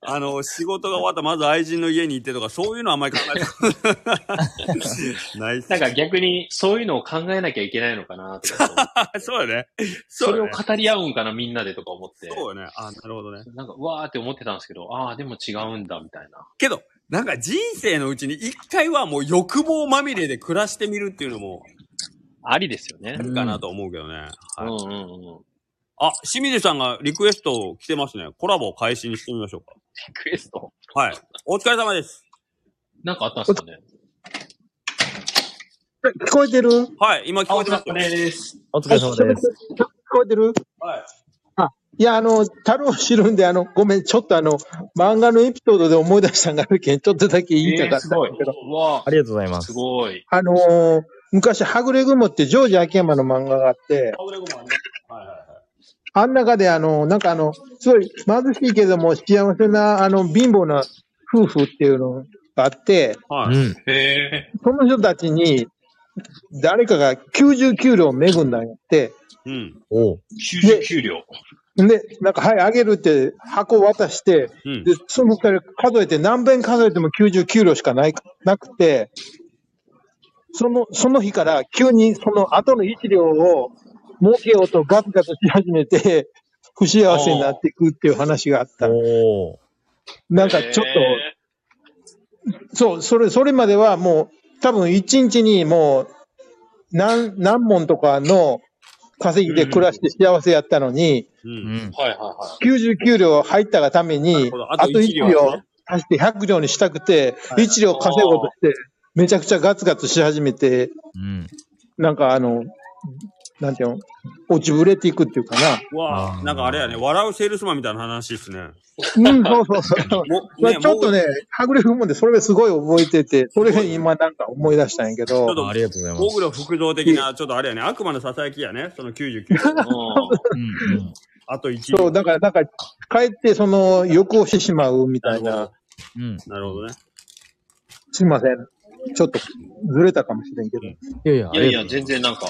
S1: あの、仕事が終わったらまず愛人の家に行ってとか、そういうのはあんまり考えた ことない。
S2: なんか逆に、そういうのを考えなきゃいけないのかなって思って
S1: あ そうよね。
S2: そ
S1: そう
S2: れ
S1: よ
S2: を
S1: ね。
S2: 語り合うんかな、みんなでとか思って。
S1: そうよね。あ、なるほどね。
S2: なんか、うわーって思ってたんですけど、あー、でも違うんだ、みたいな。
S1: けど、なんか人生のうちに一回はもう欲望まみれで暮らしてみるっていうのも
S2: ありですよね
S1: あ。りかなと思うけどね。
S2: うん
S1: はい、
S2: うんうん。
S1: あ、清水さんがリクエストを来てますね。コラボを開始にしてみましょうか。
S2: クエスト。
S1: はい。お疲れ様です。
S2: なんかあったんですかね
S4: 聞こえてる
S1: はい。今聞こえてますよ。
S2: です。
S3: お疲れ様です。
S4: 聞こえてる
S1: はい。
S4: いや、あの、太郎知るんで、あの、ごめん、ちょっとあの、漫画のエピソードで思い出したんがあるけん、ちょっとだけ言いた
S2: え
S4: か
S2: ー、
S4: った
S2: す
S4: んだ
S2: ごい。
S4: けど、
S2: うわ
S3: ありがとうござい
S2: ー、
S3: ますす。
S2: ごい。
S4: あのー昔、はぐれ雲ってジョージ秋山の漫画があって、
S1: あ、俺ごめんね。はいはいはい。
S4: あん中であの、なんかあの、すごい貧しいけども幸せな、あの、貧乏な夫婦っていうのがあって、
S1: はい。
S3: うん。
S2: へ
S4: その人たちに、誰かが99両を恵んだんやって、
S1: うん。
S3: おう。
S2: ー、99両。
S4: で、なんか、はい、あげるって箱渡して、
S1: うん
S4: で、その二人数えて、何遍数えても99両しかない、なくて、その、その日から急にその後の1両を儲けようとガツガツし始めて、 不幸せになっていくっていう話があった。
S3: おう。
S4: なんかちょっと、
S2: え
S4: そう、それ、それまではもう、多分一日にもう、何、何問とかの稼ぎで暮らして幸せやったのに、
S1: う。
S3: うんん。
S2: ーはいはいは
S4: 99両入ったがため
S1: な
S4: に
S1: るほ、どあ
S4: あ
S1: と
S4: と
S1: 1
S4: 1
S1: 両
S4: 両足して100両にしたくて、
S1: はい
S4: 1両稼ごうとして、めちゃくちゃガツガツし始めて、
S3: うん。
S4: なんかあの、なんていうの、落ちぶれていくっていうか な。
S1: うわ
S3: あ
S1: あ、
S3: ー
S1: なんかあれやね、笑うセールスマンみたいな話ですね。
S4: うん、そうそうそう。
S1: も
S4: まあちょっと
S1: ね
S4: ね、はぐれ踏むんで、それすごい覚えてて、それが今なんか思い出したんやけど
S1: ちょっ、と
S3: あありがとうござい
S1: も
S3: ま
S1: う、
S3: す
S1: モ。グロ副造的な、ちょっとあれやね、悪魔のささやきやね、その99
S2: い。う
S3: うんうん
S1: あと1
S4: そう、
S1: 両。
S4: だから、なんか、帰って、その、欲をしてしまうみたいな。
S3: うん。
S1: なるほどね。
S4: すいません。ちょっと、ずれたかもしれんけど。
S3: いやいや、
S2: んいやいや、全然なんか、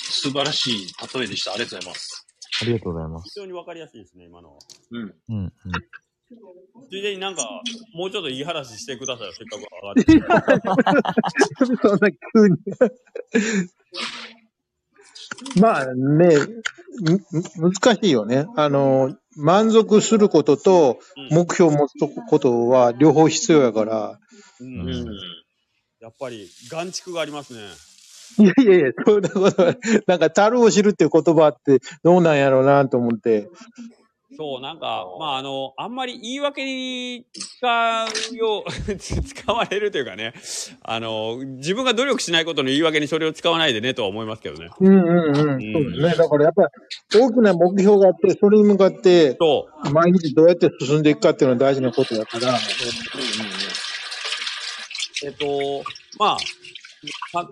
S2: 素晴らしい例えでした。ありがとうございます。
S3: ありがとうございます。
S1: 非常にわかりやすいですね、今のは。
S2: うん。
S3: うんうん。
S1: ついでになんか、もうちょっといい話してくださいよ、せっかく上がってる。
S4: そんな急に。 まあね、むむ難しいよね。あの、満足することと
S1: うん
S4: 目標を持つことは両方必要やから。
S1: うん
S2: うん。
S1: やっぱり、眼畜がありますね。
S4: いやいやいや、そんなことない。なんか、樽を知るっていう言葉ってどうなんやろうなと思って。
S1: そう、なんか、まあ、あの、あんまり言い訳に使うよう、 使われるというかね、あの、自分が努力しないことの言い訳にそれを使わないでねとは思いますけどね。
S4: うんうんうん。そうだね。だからやっぱり大きな目標があって、それに向かって
S1: そ
S4: 毎日どうやって進んでいくかっていうのは大事なことだか
S1: う、
S4: ら。
S1: えっと、まあ、か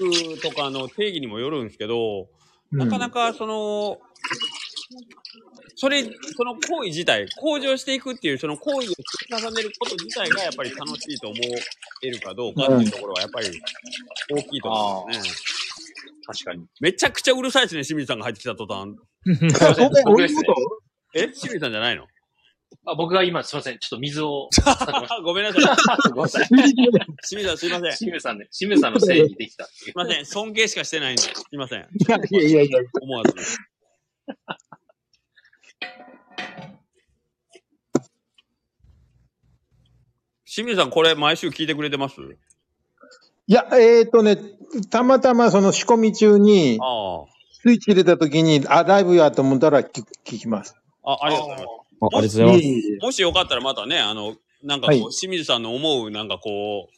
S1: 努力とかの定義にもよるんですけど、なかなかその、それ、その行為自体、向上していくっていう、その行為を積み重ねること自体がやっぱり楽しいと思えるかどうかっていうところはやっぱり大きいと思いますね。
S2: 確かに。
S1: めちゃくちゃうるさいですね、清水さんが入ってきた途端。
S4: あごめん、
S2: 僕
S4: 俺
S2: で
S4: の
S2: す
S4: こ
S2: ね
S4: と
S1: え清水さんじゃないの
S2: あ僕が今、すいません。ちょっと水を。
S1: あごめんなさい。
S2: ごめんなさい。
S1: 清水さんすいま せん。す
S2: 清水さんね。清水さんのせいにできたってい
S1: いません。尊敬しかしてないんで、すいません。
S4: いやいやいやいや。
S1: 思わず。清水さん、これ毎週聞いてくれてます
S4: いや、えっ、とね、たまたまその仕込み中に
S1: ああ。
S4: スイッチ入れた時に、あ、ライブやと思ったら聞聞きます。
S1: あ、ありがとうございます。
S3: あありがとうございます。
S1: もしよかったらまたね、あの、なんかこう、
S4: はい
S1: 清水さんの思う、なんかこう、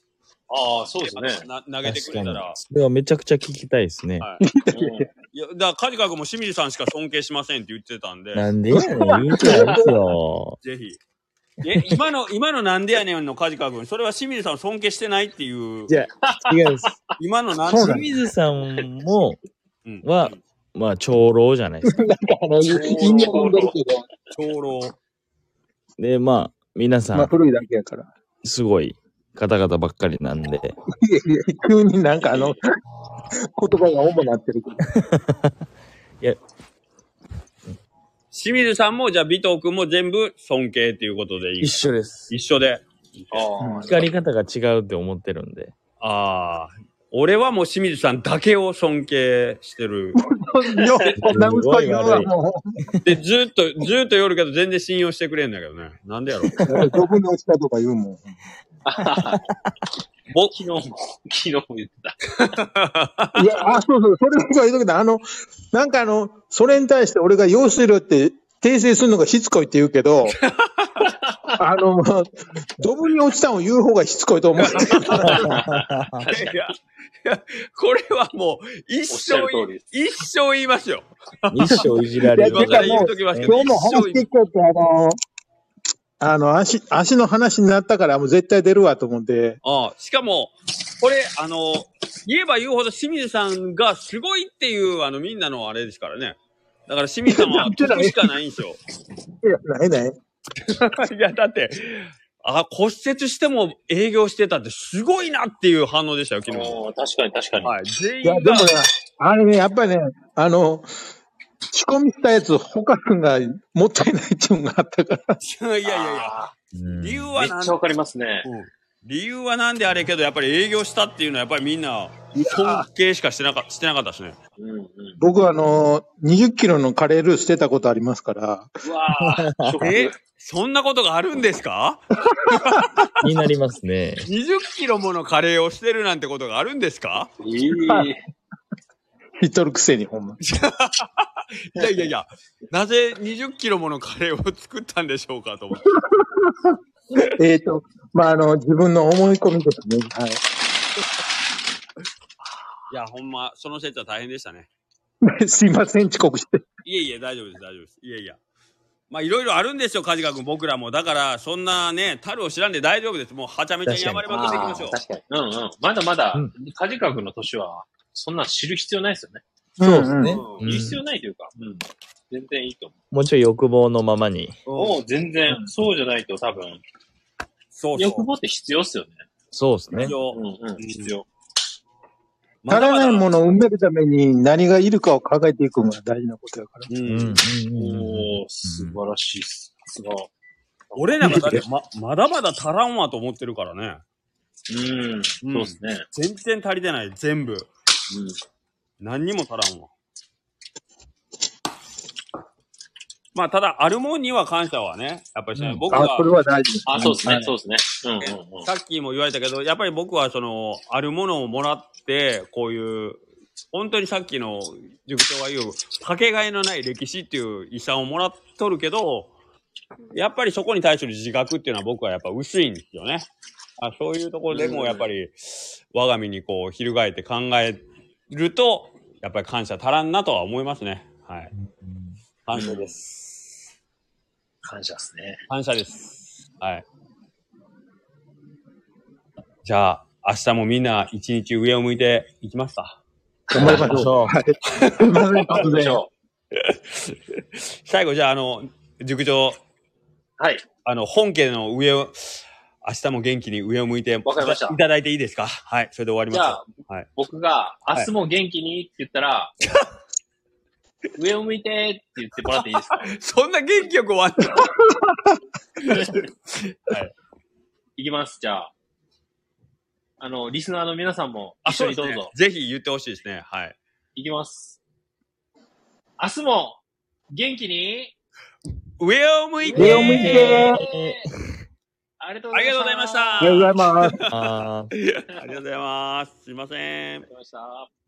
S2: ああ、そうですね。
S1: な投げてくれたら。
S3: それはめちゃくちゃ聞きたいですね。
S1: はい
S2: うん
S1: いや、だから、カジカ君も清水さんしか尊敬しませんって言ってたんで、
S3: なんでやねん、言うてないで すよ。
S1: ぜひ。え、今の、今のなんでやねんのカジカ君、それは清水さんを尊敬してないっていう
S3: じ、ゃあ、違うんです。
S1: 今のなん
S4: そう
S1: で
S4: な
S3: 清
S4: ん
S3: 水さんも、
S1: うん
S3: は、まあ、長老じゃないですか。
S4: あの、意味は飛んでるけど、
S1: 長老。
S3: で、まあ、皆さ
S4: まあ
S3: ん、
S4: 古いだけやから。
S3: すごい方々ばっかりなんで、
S4: いやいや急になんかあの、言葉が主なってるけど。
S1: 清水さんも、じゃあ、尾藤君も全部尊敬っていうことでいい
S3: 一緒です。
S1: 一緒で。
S2: あ
S3: 光り方が違うって思ってるんで。
S1: ああ。俺はもう清水さんだけを尊敬してる。
S4: よこんな嘘言うの はも
S1: で、ずっと、ずっと夜けど全然信用してくれんだけどね。なんでやろう。
S4: う、余分に落ちたとか言うもん。
S2: あ。
S1: ぼ
S2: 昨日も、昨日も言ってた。
S4: いや、あ、そうそう、それもそう言うとけど、あの、なんかあの、それに対して俺が用水路って訂正するのがしつこいって言うけど、あの、ドブに落ちたんを言う方がしつこいと思う。
S1: いや、いや、これはもう、一
S2: おっしゃ
S1: 生
S2: る通りで、
S1: 一生言いますよ。
S3: 一生いじられ
S4: いや
S3: る
S1: 今
S4: て。
S1: か
S4: からもう
S1: 言うときますけど、
S4: 今日も
S1: 一
S4: 話
S1: 生言い
S4: 聞こうって、あの、あの、足、足の話になったからもう絶対出るわと思って、
S1: ああ、しかも、これ、あの、言えば言うほど清水さんがすごいっていう、あの、みんなのあれですからね。だから清水さんは聞くしか ないんですよ。
S4: いや、ないな い。
S1: いや、だって、あ、骨折しても営業してたってすごいなっていう反応でしたよ、昨日。
S2: うん確かに確かに。
S1: はい、全
S4: いや、
S1: 員
S4: で
S1: が
S4: もね、あれね、やっぱりね、あの、仕込みしたやつ、他君がもったいないっていうのがあったか ら。
S1: いやいやいや、
S3: うん
S1: 理由は
S2: めっ
S1: なん
S2: ちゃわかりますね。
S1: 理由はなんであれけど、やっぱり営業したっていうのは、やっぱりみんな、尊敬しかしてなかしてなかったですね。
S2: うんうん。
S4: 僕はあの、20キロのカレールー捨てたことありますから、
S2: うわぁ、ショッ
S1: え
S2: ク
S1: そんなことがあるんですか
S3: 気になりますね。
S1: ?20 キロものカレーをしてるなんてことがあるんです か
S2: いい
S4: 知っとるくせに、ほんま。
S1: いやいやいや、なぜ20キロものカレーを作ったんでしょうかと思って。
S4: えっ、ー、と、まあ、あの、自分の思い込みですね。はい。
S1: いや、ほんま、その説は大変でしたね。
S4: すいません、遅刻して。
S1: いえいえ、大丈夫です、大丈夫です。いえいや。まあ、いろいろあるんですよ、カジカ君、僕らも。だから、そんなね、樽を知らんで大丈夫です。もう、はちゃめちゃに暴れまくっていきましょう。
S2: 確かに。うんうん。まだまだ
S3: うん、
S2: カジカ君の年は、そんなん知る必要ないですよね。
S4: そう
S3: ですね
S2: うん
S3: うん
S2: 知る必要ないというか、うん。全然いいと思
S3: もうちょい欲望のままに。
S2: う。もう全然、そうじゃないと多分、
S1: そうそう。
S2: 欲望って必要っすよね。
S3: そうですね
S1: 一。応
S2: うんうん。必要。
S4: 足らないものを埋めるために何がいるかを考えていくのが大事なことやから。
S1: う
S3: うんうんん。
S2: おー、素晴らしいっす。すごい。
S1: 俺なんかだってま、まだまだ足らんわと思ってるからね。
S2: うん、そうですね。
S1: 全然足りてない、全部。何にも足らんわ。まあ、ただ、あるもんには感謝はね、やっぱりしない。
S3: うん
S1: 僕
S4: あ、
S1: は
S4: そ、れは大事です、
S2: あ、そうですね
S4: は、い
S2: そうですね。うんうんうん。
S1: さっきも言われたけど、やっぱり僕はその、あるものをもらって、こういう、本当にさっきの塾長が言う、かけがえのない歴史っていう遺産をもらっとるけど、やっぱりそこに対する自覚っていうのは僕はやっぱ薄いんですよね。あそういうところでもやっぱり、我が身にこう、翻って考えると、やっぱり感謝足らんなとは思いますね。はい。感謝です。
S2: 感謝ですね。
S1: 感謝です。はい。じゃあ、明日もみんな一日上を向いていきますか。
S4: 頑張りましょう。はい。すいません、突然。
S1: 最後、じゃあ、あの、塾長、
S2: はい。
S1: あの、本家の上を、明日も元気に上を向いて、
S2: わかりました
S1: いただいていいですかはい、それで終わり
S2: じ
S1: ま
S2: ゃ
S1: す
S2: あ。、
S1: はい
S2: 僕が、明日も元気にって言ったら、上を向いてって言ってもらっていいですか
S1: そんな元気よく終わった
S2: いきます、じゃあ。あの、リスナーの皆さんも
S1: あ、
S2: 一
S1: そ
S2: 緒
S1: うで
S2: に
S1: す
S2: どうぞ。
S1: ね。 ぜひ言ってほしいですね。はい。
S2: いきます。明日も元気に
S1: 上を向いて
S4: 上を向いて
S2: ありがとう
S1: ありがとうございました
S4: ありがとうございます。
S3: あー
S1: ありがとうございます。すいません
S2: あ。りがとうございました。